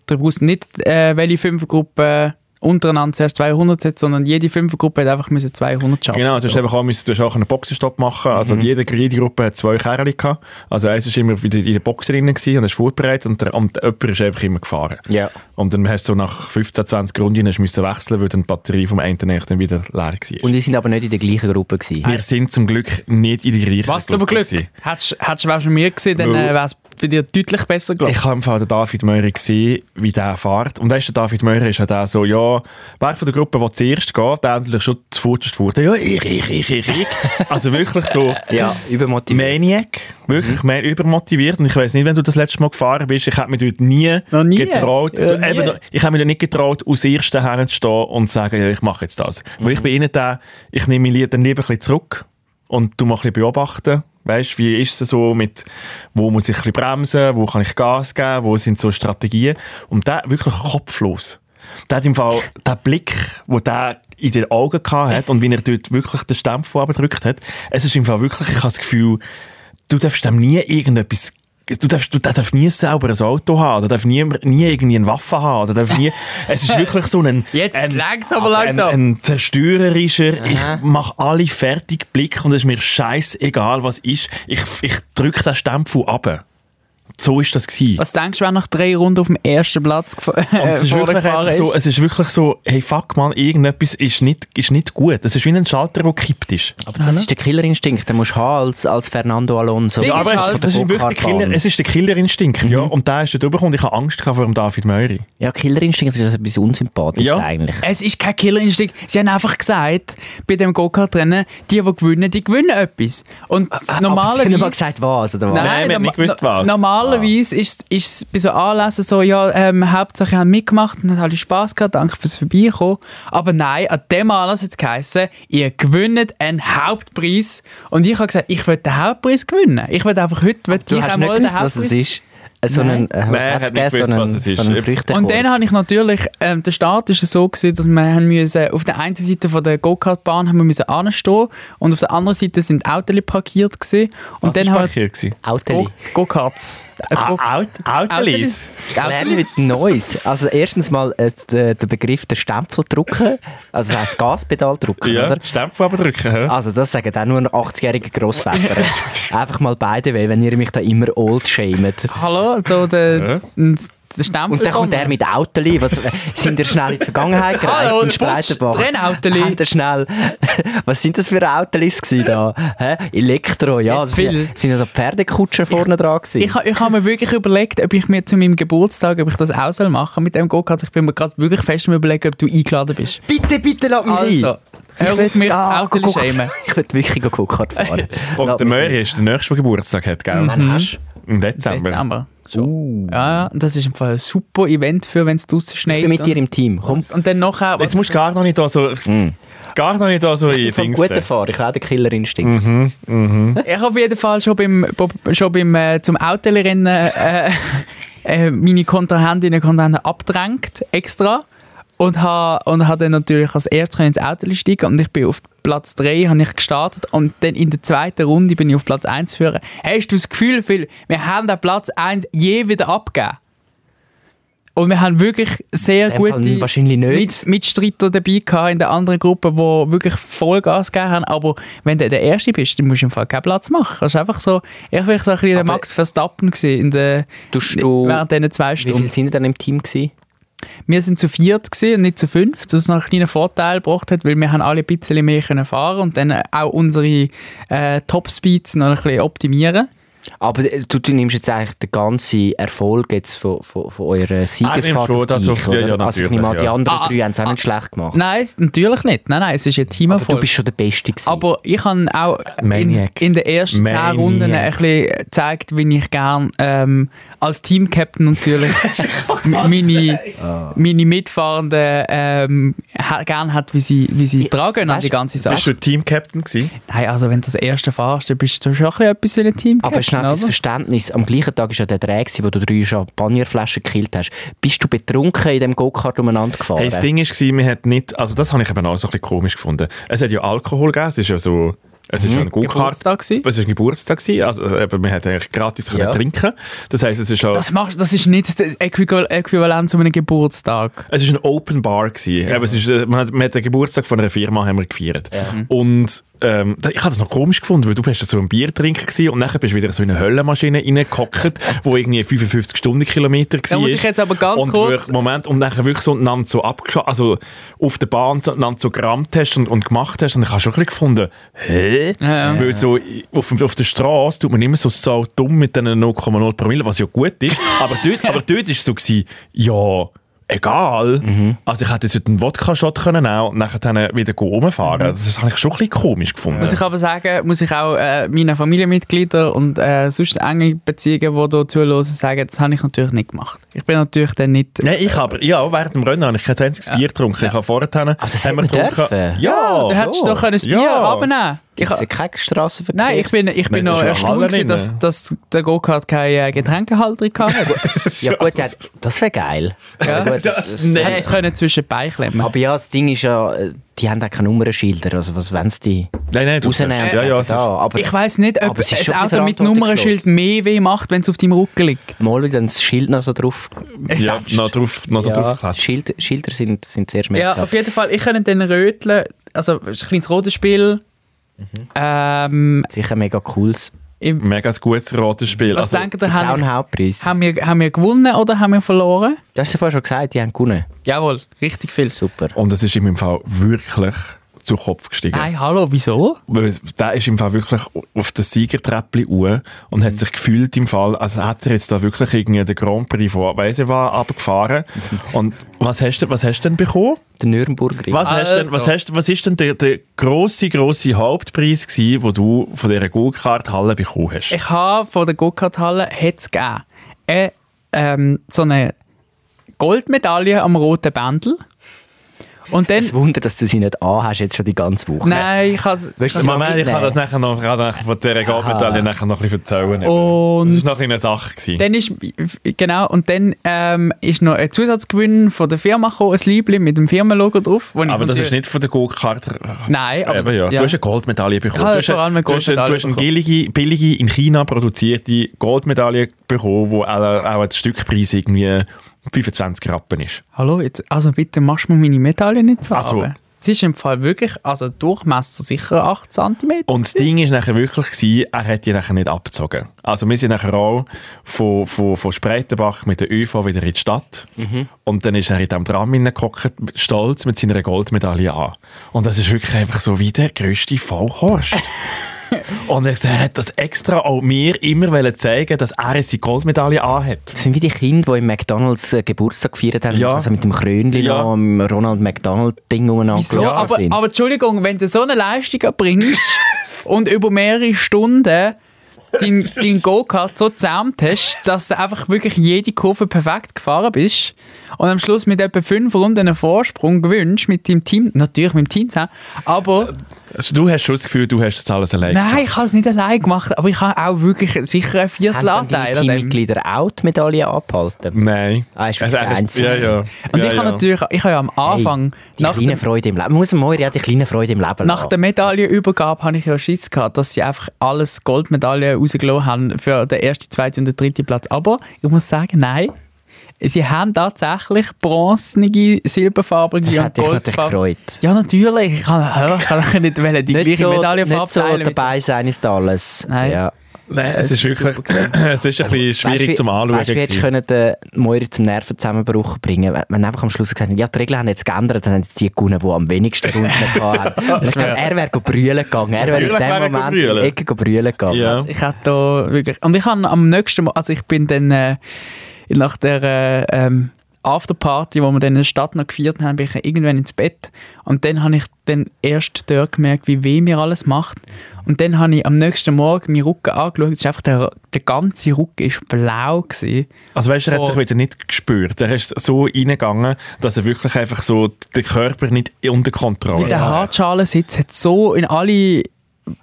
Speaker 1: du brauchst nicht, äh, welche Fünfergruppe untereinander zuerst 200 setzt, sondern jede Fünfergruppe hat einfach müssen 200 schaffen.
Speaker 2: Genau, du hast einfach auch, müssen, du hast auch einen Boxenstopp machen. Also jede, jede Gruppe hat zwei Kerle gehabt. Also eins war immer wieder in der Box drinnen gewesen und ist vorbereitet und, der, und jemand ist einfach immer gefahren.
Speaker 3: Ja.
Speaker 2: Und dann hast du so nach 15, 20 Runden hast du müssen wechseln, weil dann die Batterie vom einen dann wieder leer war.
Speaker 3: Und wir sind aber nicht in der gleichen Gruppe gewesen.
Speaker 2: wir sind zum Glück nicht in die gleiche
Speaker 1: Was zum Glück.
Speaker 2: gewesen.
Speaker 1: Hättest hättest du auch schon mir gesehen, dann
Speaker 2: Weil-
Speaker 1: äh, wäre es bei dir deutlich besser gelaufen.
Speaker 2: Ich habe im Fall den David Meurer gesehen, wie der fährt. Und weißt du, der David Meurer ist ja der so, ja, wer von der Gruppe, der zuerst geht, der hat natürlich schon zuvorderst vor. Ja, ich, ich, ich, ich, ich. Also wirklich so...
Speaker 3: Ja, übermotiviert.
Speaker 2: Maniac,
Speaker 1: Mhm.
Speaker 2: wirklich mehr übermotiviert. Und ich weiß nicht, wenn du das letzte Mal gefahren bist, ich hätte mich dort nie,
Speaker 1: Noch nie?
Speaker 2: getraut.
Speaker 1: Ja,
Speaker 2: Eben,
Speaker 1: nie.
Speaker 2: ich habe mich dort nicht getraut, aus ersten Händen zu stehen und zu sagen, ja, ich mache jetzt das.
Speaker 1: Mhm.
Speaker 2: Weil ich bin ihnen der, ich nehme mich lie- dann lieber ein bisschen zurück und du mal ein bisschen beobachten. Weißt, wie ist es so mit, wo muss ich ein bisschen bremsen, wo kann ich Gas geben, wo sind so Strategien? Und der wirklich kopflos. Der hat im Fall den Blick, wo der in den Augen gehabt hat und wie er dort wirklich den Stempel abgedrückt hat, es ist im Fall wirklich, ich habe das Gefühl, du darfst dem nie irgendetwas Du darfst, du, der darf nie selber ein Auto haben, der darf nie, nie irgendwie eine Waffe haben, der darf nie, es ist wirklich so ein...
Speaker 1: Jetzt
Speaker 2: ein,
Speaker 1: langsam, aber
Speaker 2: ein,
Speaker 1: langsam.
Speaker 2: ein zerstörerischer, ich mache alle fertig Blick und es ist mir scheißegal, was ist, ich, ich drücke den Stempel ab. So ist das gewesen.
Speaker 1: Was denkst du, wenn nach drei Runden auf dem ersten Platz gef-
Speaker 2: Und
Speaker 1: äh,
Speaker 2: es, ist wirklich
Speaker 1: vorgefahren
Speaker 2: einfach
Speaker 1: ist?
Speaker 2: so, es ist wirklich so, hey fuck man, irgendetwas ist nicht, ist nicht gut. Es ist wie ein Schalter, der gekippt ist.
Speaker 3: Aber das ist der Killerinstinkt, den musst du haben als, als Fernando Alonso.
Speaker 1: Ding
Speaker 2: Ja, aber
Speaker 1: ist
Speaker 2: es,
Speaker 1: halt-
Speaker 2: das ist wirklich der
Speaker 3: Go-Kart-Bahn.
Speaker 2: Killer, es ist der Killerinstinkt, ja. Und der ist dort rübergekommen und ich habe Angst gehabt vor dem David Möri.
Speaker 3: Ja, Killerinstinkt ist also etwas unsympathisches
Speaker 2: Ja.
Speaker 3: eigentlich.
Speaker 1: Es ist kein Killerinstinkt. Sie haben einfach gesagt, bei dem Go-Kart-Rennen, die, die gewinnen, die gewinnen etwas. Und
Speaker 3: Aber sie haben nicht
Speaker 1: normalerweise...
Speaker 3: mal gesagt, was oder
Speaker 2: Nein,
Speaker 3: was.
Speaker 2: wir haben
Speaker 1: norma-
Speaker 2: nicht gewusst, was.
Speaker 1: no- Normalerweise ist es bei so Anlässen so, ja, ähm, Hauptsache haben mitgemacht und hat alle Spass gehabt, danke fürs Vorbeikommen. Aber nein, an dem Anlass hat es geheissen, ihr gewinnt einen Hauptpreis. Und ich habe gesagt, ich will den Hauptpreis gewinnen. Ich will einfach heute, will
Speaker 3: Du
Speaker 1: ich
Speaker 3: hast
Speaker 1: einmal
Speaker 3: nicht
Speaker 1: den
Speaker 3: gewusst, was
Speaker 1: Hauptpreis
Speaker 3: es ist. Äh, So einen, äh,
Speaker 2: Nein, er
Speaker 3: hat's
Speaker 2: hat nicht gewusst,
Speaker 3: gegeben, so einen,
Speaker 2: was es ist.
Speaker 3: So einen
Speaker 2: Eben.
Speaker 3: Früchtekorb.
Speaker 1: Und dann habe ich natürlich, ähm, der Start ist so gewesen, dass wir haben müssen, auf der einen Seite von der Go-Kart-Bahn haben wir müssen anstehen und auf der anderen Seite sind Autos parkiert gewesen. Und
Speaker 2: Was
Speaker 1: dann halt-
Speaker 2: war
Speaker 1: haben wir
Speaker 2: Parkier gewesen?
Speaker 3: Autoli. Ah,
Speaker 1: Go- Go-Karts. Äh, Go-
Speaker 2: Autolis?
Speaker 3: Lern
Speaker 1: Autolis.
Speaker 3: mit Noise. Also erstens mal äh, der, der Begriff der Stempel drücken, also das heisst Gaspedal drücken,
Speaker 2: Ja,
Speaker 3: oder?
Speaker 2: die Stempel aber drücken. hä?
Speaker 3: Also das sagen auch nur 80-jährige Grossväter. Einfach mal beide, weil wenn ihr mich da immer old shamet.
Speaker 1: Hallo, da der, der Stempel.
Speaker 3: Und dann kommt er mit Autoli. Was, sind ihr schnell in die Vergangenheit gereist?
Speaker 1: Hallo,
Speaker 3: in
Speaker 1: Putz,
Speaker 3: Spreitenbach?
Speaker 1: Trennautoli.
Speaker 3: Habt ihr schnell. Was sind das für Autolis gewesen da? Hä? Elektro, ja.
Speaker 1: Jetzt
Speaker 3: Also,
Speaker 1: viel.
Speaker 3: Sind da so Pferdekutschen vorne dran gewesen?
Speaker 1: Ich, ha- ich habe mir wirklich überlegt, ob ich mir zu meinem Geburtstag, ob ich das auch soll machen mit dem Go-Kart. Ich bin mir gerade wirklich fest am überlegen, ob du eingeladen bist.
Speaker 3: bitte, bitte lass mich
Speaker 1: Also, hör auf
Speaker 3: will
Speaker 1: mich
Speaker 3: da
Speaker 1: Autos
Speaker 3: Go-Kart-
Speaker 1: schämen.
Speaker 3: Ich will wirklich Go-Kart fahren.
Speaker 2: Und der Möri ist der nächste, der Geburtstag hat, gell?
Speaker 3: Wann hast du?
Speaker 2: Im Dezember.
Speaker 1: Mhm. Dezember. Schon. Ja, ja, und das ist im Fall ein super Event für, wenn es draußen
Speaker 3: Ich
Speaker 1: schneit.
Speaker 3: bin mit dir
Speaker 1: und,
Speaker 3: im Team. Komm.
Speaker 1: und dann nachher,
Speaker 2: Jetzt musst du gar noch nicht da so... Mhm. Gar noch nicht da so in
Speaker 3: Ich bin
Speaker 2: Dings.
Speaker 3: guter Fahrer, ich habe den Killerinstinkt.
Speaker 1: Mhm. ich habe auf jeden Fall schon beim, schon beim äh, zum Autorennen äh, äh, meine Kontrahentinnen und Kontrahenten abgedrängt, extra. Und habe und ha dann natürlich als erstes ins Auto steigen und ich bin auf Platz 3 habe ich gestartet und dann in der zweiten Runde bin ich auf Platz 1 führen. Hast du das Gefühl, Phil, wir haben den Platz 1 je wieder abgegeben? Und wir haben wirklich sehr
Speaker 3: In dem Fall
Speaker 1: gute
Speaker 3: wahrscheinlich nicht.
Speaker 1: Mit, Mitstreiter dabei gehabt in der anderen Gruppe, die wirklich Vollgas gegeben haben. Aber wenn du der Erste bist, dann musst du im Fall keinen Platz machen. Das ist einfach so, ich war so ein bisschen der
Speaker 3: Aber-
Speaker 1: Max Verstappen gewesen in der,
Speaker 3: Tust du-
Speaker 1: während diesen zwei
Speaker 3: Wie
Speaker 1: Stunden.
Speaker 3: viele sind denn im Team? Gewesen?
Speaker 1: Wir sind zu viert gewesen und nicht zu fünft, was noch einen kleinen Vorteil gebracht hat, weil wir haben alle ein bisschen mehr können fahren und dann auch unsere äh, Top-Speeds noch ein bisschen optimieren.
Speaker 3: Aber äh, du, du nimmst jetzt eigentlich den ganzen Erfolg jetzt von, von, von eurer
Speaker 2: Ah, nimmst
Speaker 3: Siegesfahrt
Speaker 2: du
Speaker 3: auf
Speaker 2: das
Speaker 3: dich,
Speaker 2: auf- ja,
Speaker 3: oder?
Speaker 2: ja,
Speaker 3: Also ich
Speaker 2: natürlich,
Speaker 3: nehme an, die
Speaker 2: ja.
Speaker 3: anderen
Speaker 1: Ah,
Speaker 3: drei haben es auch nicht schlecht gemacht.
Speaker 1: Nein, es- natürlich nicht. Nein, nein, es ist ein
Speaker 3: aber
Speaker 1: Teamerfolg.
Speaker 3: du bist schon der Beste gewesen.
Speaker 1: Aber ich habe auch in,
Speaker 2: Maniac.
Speaker 1: in den ersten zehn
Speaker 2: Maniac.
Speaker 1: Runden ein bisschen gezeigt, wie ich gerne ähm, als Team-Captain natürlich m- meine,
Speaker 2: Ah.
Speaker 1: meine Mitfahrenden ähm, ha- gerne hat, wie sie, wie sie tragen an
Speaker 3: weißt-
Speaker 1: die ganze
Speaker 2: Bist
Speaker 1: Sache.
Speaker 2: du Team-Captain gewesen?
Speaker 1: Nein, also wenn du das erste fährst, dann bist du schon ein bisschen etwas wie ein Team-Captain,
Speaker 3: aber schnell fürs
Speaker 1: oder?
Speaker 3: Verständnis, am gleichen Tag war ja der Dreh, gewesen, wo du drei Champagnerflaschen gekillt hast. Bist du betrunken in dem Go-Kart umeinander gefahren?
Speaker 2: Hey, das Ding war, wir hat nicht... Also das habe ich eben auch so ein bisschen komisch gefunden. Es hat ja Alkohol gegeben, es ist ja so... Es ist ja ein Go-Kart.
Speaker 1: Mhm. Geburtstag gewesen.
Speaker 2: Es war ein Geburtstag, gewesen, also eben, wir hätten eigentlich gratis
Speaker 3: Ja.
Speaker 2: können trinken Das heisst, es ist auch...
Speaker 1: Das, machst, das ist nicht das Äquival- Äquivalent zu einem Geburtstag.
Speaker 2: Es war ein Open Bar. Gewesen. Eben, es ist, äh, man, hat, man hat den Geburtstag von einer Firma haben wir gefeiert.
Speaker 1: Mhm.
Speaker 2: Und ähm, da- ich habe das noch komisch gefunden, weil du bist so ein Biertrinker gewesen und nachher bist du wieder so in eine Höllenmaschine reingehockt, wo irgendwie 55 Stundenkilometer war.
Speaker 1: muss ich jetzt aber ganz
Speaker 2: und
Speaker 1: kurz-
Speaker 2: wirklich- Moment, und nachher wirklich so einander so abgeschaut, also auf der Bahn so einander so gerammt hast und, und gemacht hast und ich habe schon ein bisschen gefunden, hä?
Speaker 1: Ja, ja.
Speaker 2: Weil so auf, auf der Straße tut man immer so sau dumm mit diesen 0,0 Promille, was ja gut ist. aber dort, aber dort war es so, gewesen, ja, egal.
Speaker 1: Mhm.
Speaker 2: Also ich hätte jetzt heute einen Wodka-Shot können nehmen und nachher dann wieder go rumfahren. Also das habe ich schon ein bisschen komisch gefunden.
Speaker 1: Muss Mhm. Also ich aber sagen, muss ich auch äh, meinen Familienmitgliedern und äh, sonst engen Beziehungen, die hier zuhören, sagen, das habe ich natürlich nicht gemacht. Ich bin natürlich dann nicht...
Speaker 2: Nein, ich aber, ja, während dem Rennen habe ich kein einziges Bier getrunken. Ich habe vorher... Aber
Speaker 3: das hätte man dürfen.
Speaker 2: Ja,
Speaker 1: Da hättest du
Speaker 2: ja.
Speaker 1: doch können das Bier
Speaker 2: Ja.
Speaker 1: runternehmen
Speaker 3: Ich
Speaker 1: können.
Speaker 3: habe keine Strassenverkehr.
Speaker 1: Nein, ich bin, ich bin
Speaker 2: Nein, das
Speaker 1: noch
Speaker 2: ist ja
Speaker 1: erstaunt,
Speaker 2: Hallen
Speaker 1: gewesen, dass,
Speaker 2: drin.
Speaker 1: dass der Go-Kart keine äh, Getränkehalterung hatte.
Speaker 3: Ja gut, ja, das wäre geil.
Speaker 1: Ja.
Speaker 3: Aber gut, das, das,
Speaker 1: Du hättest es können zwischen die Beine klemmen
Speaker 3: Aber ja, das Ding ist ja, äh, die haben auch keine Nummernschilder. Also was wollen sie die
Speaker 2: Nein, nein, du
Speaker 3: rausnehmen? und
Speaker 2: Ja,
Speaker 3: sagen,
Speaker 2: ja, es
Speaker 3: da,
Speaker 2: ist,
Speaker 3: aber
Speaker 1: Ich weiss nicht, ob
Speaker 3: Aber es ist
Speaker 1: ein
Speaker 3: schon
Speaker 1: Auto mit
Speaker 3: verantwortungslos.
Speaker 1: Nummernschild mehr weh macht, wenn es auf deinem Rücken liegt.
Speaker 3: mal wieder das Schild noch so drauf.
Speaker 2: ja, noch drauf, noch
Speaker 3: Ja,
Speaker 2: drauf geklatscht.
Speaker 3: Schild, Schilder sind, sind sehr
Speaker 1: Ja,
Speaker 3: schmerzhaft.
Speaker 1: auf jeden Fall. Ich könnte dann röteln. Also, es ist ein kleines rotes Spiel.
Speaker 3: Mhm.
Speaker 1: Ähm,
Speaker 3: Sicher mega cooles.
Speaker 1: im,
Speaker 2: Mega gutes Also, Ratenspiel.
Speaker 3: Also,
Speaker 1: was denkt ihr,
Speaker 3: Jetzt auch
Speaker 1: haben,
Speaker 3: ein Hauptpreis.
Speaker 1: haben, wir, haben wir gewonnen oder haben wir verloren?
Speaker 3: Du hast ja vorher schon gesagt, die haben gewonnen.
Speaker 1: Jawohl, richtig viel.
Speaker 3: Super.
Speaker 2: Und es ist in meinem Fall wirklich zu Kopf gestiegen.
Speaker 1: Nein, hallo, wieso?
Speaker 2: Weil es- der ist im Fall wirklich auf das Siegertreppli uhr und
Speaker 1: Mhm.
Speaker 2: hat sich gefühlt im Fall, als hätte er jetzt da wirklich irgendwie den Grand Prix von weiss ich was abgefahren.
Speaker 1: Mhm.
Speaker 2: Und was hast du, was hast du denn bekommen?
Speaker 3: Der Nürnberger.
Speaker 2: Was, hast du denn,
Speaker 1: Also.
Speaker 2: was, hast, du- was ist denn der, der grosse, grosse Hauptpreis gewesen, den du von dieser Go-Kart-Halle bekommen hast?
Speaker 1: Ich habe von der Go-Kart-Halle hat's gegeben. äh, ähm, so eine Goldmedaille am roten Bändel. Und dann.
Speaker 3: Es wundert, dass du sie nicht anhast, jetzt schon die ganze Woche.
Speaker 1: Nein, ich habe
Speaker 2: Weißt du, Moment, ich kann das nachher noch, kann nachher von dieser Goldmedaille nachher noch ein bisschen erzählen.
Speaker 1: Und-
Speaker 2: das war noch ein bisschen eine Sache. Gewesen.
Speaker 1: Dann ist, genau, und dann ähm, ist noch ein Zusatzgewinn von der Firma gekommen, ein Liebling mit dem Firmenlogo drauf. wo ich
Speaker 2: Aber das
Speaker 1: natürlich-
Speaker 2: ist nicht von der Go-Kart.
Speaker 1: Nein, aber-
Speaker 2: Eben, ja.
Speaker 1: ja.
Speaker 2: Du hast eine Goldmedaille bekommen.
Speaker 1: habe
Speaker 2: Du hast
Speaker 1: vor allem eine
Speaker 2: du hast Du
Speaker 1: Goldmedaille
Speaker 2: hast eine
Speaker 1: bekommen.
Speaker 2: billige, billige, in China produzierte Goldmedaille bekommen, die auch, auch ein Stückpreis irgendwie 25 Rappen ist.
Speaker 1: Hallo, jetzt, also bitte machst du mir meine Medaille nicht so.
Speaker 2: Also.
Speaker 1: runter. Es ist im Fall wirklich, also Durchmesser sicher 8 cm.
Speaker 2: Und das Ding war nachher wirklich, gewesen, er hat die nachher nicht abgezogen. Also wir sind nachher auch von, von, von Spreitenbach mit der ÖV wieder in die Stadt. Und dann ist er in diesem Tram hineingehockt, stolz mit seiner Goldmedaille an. Und das ist wirklich einfach so wie der grösste Vollhorst. Und er er hat das extra auch mir immer wollen zeigen, dass er jetzt die Goldmedaille anhat.
Speaker 3: Das sind wie die Kinder, die im McDonalds äh, Geburtstag gefeiert haben.
Speaker 2: Ja.
Speaker 3: Also mit dem Krönli
Speaker 2: Ja.
Speaker 3: noch, dem Ronald McDonald-Ding umeinander
Speaker 1: Wieso?
Speaker 3: gelaufen
Speaker 1: aber,
Speaker 3: sind.
Speaker 1: aber Entschuldigung, wenn du so eine Leistung erbringst und über mehrere Stunden dein, dein Go-Kart so gezähmt hast, dass du einfach wirklich jede Kurve perfekt gefahren bist und am Schluss mit etwa fünf Runden einen Vorsprung gewünscht mit deinem Team, natürlich mit dem Team zusammen, aber
Speaker 2: Also du hast schon das Gefühl, du hast das alles alleine
Speaker 1: nein, ich habe es nicht allein gemacht, aber ich habe auch wirklich sicher ein
Speaker 3: haben
Speaker 1: Viertel
Speaker 3: dann
Speaker 1: Anteil
Speaker 3: deine
Speaker 1: an dem.
Speaker 3: Teammitglieder auch die Medaille abgehalten?
Speaker 2: Nein.
Speaker 3: Ah, ist wirklich
Speaker 2: Also, er
Speaker 3: einzig.
Speaker 2: ja, ja.
Speaker 1: Und
Speaker 2: ja,
Speaker 1: ich
Speaker 2: ja.
Speaker 1: habe natürlich, ich habe ja am Anfang,
Speaker 3: Hey, die
Speaker 1: nach,
Speaker 3: kleine
Speaker 1: dem,
Speaker 3: Freude im Leben. Man muss mal ja die kleine Freude im Leben
Speaker 1: nach
Speaker 3: lassen.
Speaker 1: der Medaillenübergabe habe ich ja Schiss gehabt, dass sie einfach alles Goldmedaillen rausgelassen haben für den ersten, zweiten und den dritten Platz. Aber ich muss sagen, nein. Sie haben tatsächlich bronzene, silberfarbige
Speaker 3: Das
Speaker 1: und
Speaker 3: hat dich natürlich
Speaker 1: goldfarb-
Speaker 3: gefreut.
Speaker 1: Ja, natürlich. Ich kann, ich kann nicht wollen, die
Speaker 3: Nicht
Speaker 1: gleiche
Speaker 3: so,
Speaker 1: Medaille
Speaker 3: nicht so
Speaker 1: verabteilen mit-
Speaker 3: dabei sein ist alles.
Speaker 1: Nein.
Speaker 3: Ja.
Speaker 2: Nein, es ist wirklich es ist ein bisschen schwierig
Speaker 3: Also, Weißt du,
Speaker 2: zum Anschauen.
Speaker 3: Weißt du, wie hättest
Speaker 2: gewesen.
Speaker 3: du können den Moira zum Nervenzusammenbruch bringen wenn- Wenn einfach am Schluss gesagt hat, ja, die Regeln haben jetzt geändert, dann haben jetzt die gewonnen, die am wenigsten Runden hatten. Und ich glaube, er wäre go brüllen gegangen. Er wäre in
Speaker 2: Natürlich wäre er go
Speaker 3: dem Moment in
Speaker 2: brüllen.
Speaker 3: die Ecke go brüllen gegangen.
Speaker 2: Ja.
Speaker 1: Ich hatte da wirklich. Und ich habe am nächsten Mal, also ich bin dann äh, nach der äh, ähm, Afterparty, wo wir dann in der Stadt noch gefeiert haben, bin ich irgendwann ins Bett. Und dann habe ich dann erst dort gemerkt, wie weh mir alles macht. Und dann habe ich am nächsten Morgen meinen Rücken angeschaut. Es ist einfach der, der ganze Rücken ist blau gewesen.
Speaker 2: Also weißt du, er hat sich
Speaker 1: Vor-
Speaker 2: wieder nicht gespürt. Er ist so reingegangen, dass er wirklich einfach so den Körper nicht unter Kontrolle
Speaker 1: Weil der
Speaker 2: hat.
Speaker 1: Hartschalensitz hat so in alle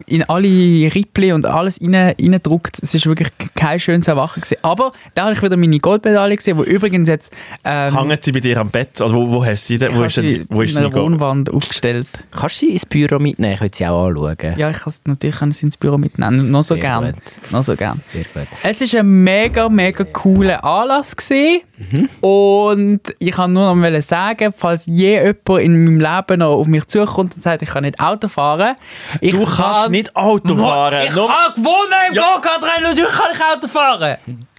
Speaker 1: in alle Rippli und alles rein- reingedruckt. Es ist wirklich kein schönes Erwachen. Gewesen. Aber da habe ich wieder meine Goldmedaille gesehen, wo übrigens jetzt... Ähm,
Speaker 2: Hängen sie bei dir am Bett? Also wo, wo hast du sie denn?
Speaker 1: Ich
Speaker 2: Wo
Speaker 1: habe
Speaker 2: ist denn,
Speaker 1: sie
Speaker 2: wo ist
Speaker 1: in einer
Speaker 2: Nico?
Speaker 1: Wohnwand aufgestellt.
Speaker 3: Kannst du sie ins Büro mitnehmen? Ich könnte sie auch anschauen.
Speaker 1: Ja, ich kann es natürlich kann ich sie ins Büro mitnehmen. Noch so
Speaker 3: Sehr
Speaker 1: gern.
Speaker 3: gut.
Speaker 1: Noch so gern.
Speaker 3: Sehr gut.
Speaker 1: Es war ein mega, mega cooler Anlass. Gewesen.
Speaker 2: Mhm.
Speaker 1: Und ich kann nur noch mal sagen, falls je jemand in meinem Leben noch auf mich zukommt und sagt, ich kann nicht Auto fahren. Ich
Speaker 2: Du kannst nicht Auto fahren.
Speaker 1: Ich
Speaker 2: Nur-
Speaker 1: habe gewonnen im Go-Kart-Rennen, natürlich kann ich Auto fahren.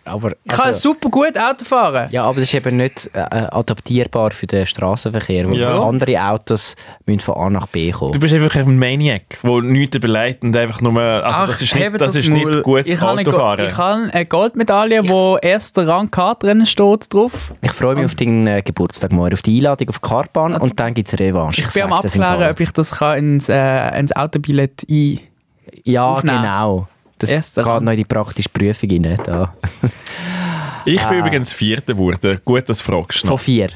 Speaker 3: Aber,
Speaker 1: Ich kann
Speaker 2: Also-
Speaker 1: super gut Auto fahren.
Speaker 3: Also, ja, aber das ist eben nicht äh, adaptierbar für den Straßenverkehr, wo
Speaker 2: Ja.
Speaker 3: so andere Autos müssen von A nach B kommen.
Speaker 2: Du bist einfach ein Maniac, der nichts überlegt und einfach nur... Also
Speaker 1: Ach,
Speaker 2: das ist
Speaker 1: eben
Speaker 2: nicht, das ist
Speaker 1: Maul.
Speaker 2: nicht
Speaker 1: ich
Speaker 2: gutes
Speaker 1: habe eine Go-
Speaker 2: Autofahren.
Speaker 1: Ich habe eine Goldmedaille, wo erster Rang Kartrennen steht drauf.
Speaker 3: Ich freue
Speaker 1: Ah.
Speaker 3: mich auf deinen äh, Geburtstag morgen, auf die Einladung auf die Kartbahn und dann gibt es Revanche.
Speaker 1: Ich bin am
Speaker 3: sag das im
Speaker 1: Abklären,
Speaker 3: Fall.
Speaker 1: ob ich das kann ins, äh, ins Autobillett ein.
Speaker 3: Ja,
Speaker 1: aufnehmen.
Speaker 3: genau. Das
Speaker 1: Erster
Speaker 3: geht
Speaker 1: Rang.
Speaker 3: noch in die praktische Prüfung rein. Da.
Speaker 2: Ich
Speaker 1: Ah.
Speaker 2: bin übrigens Vierter geworden. Gut, dass du fragst.
Speaker 3: Von
Speaker 2: Noch.
Speaker 3: vier.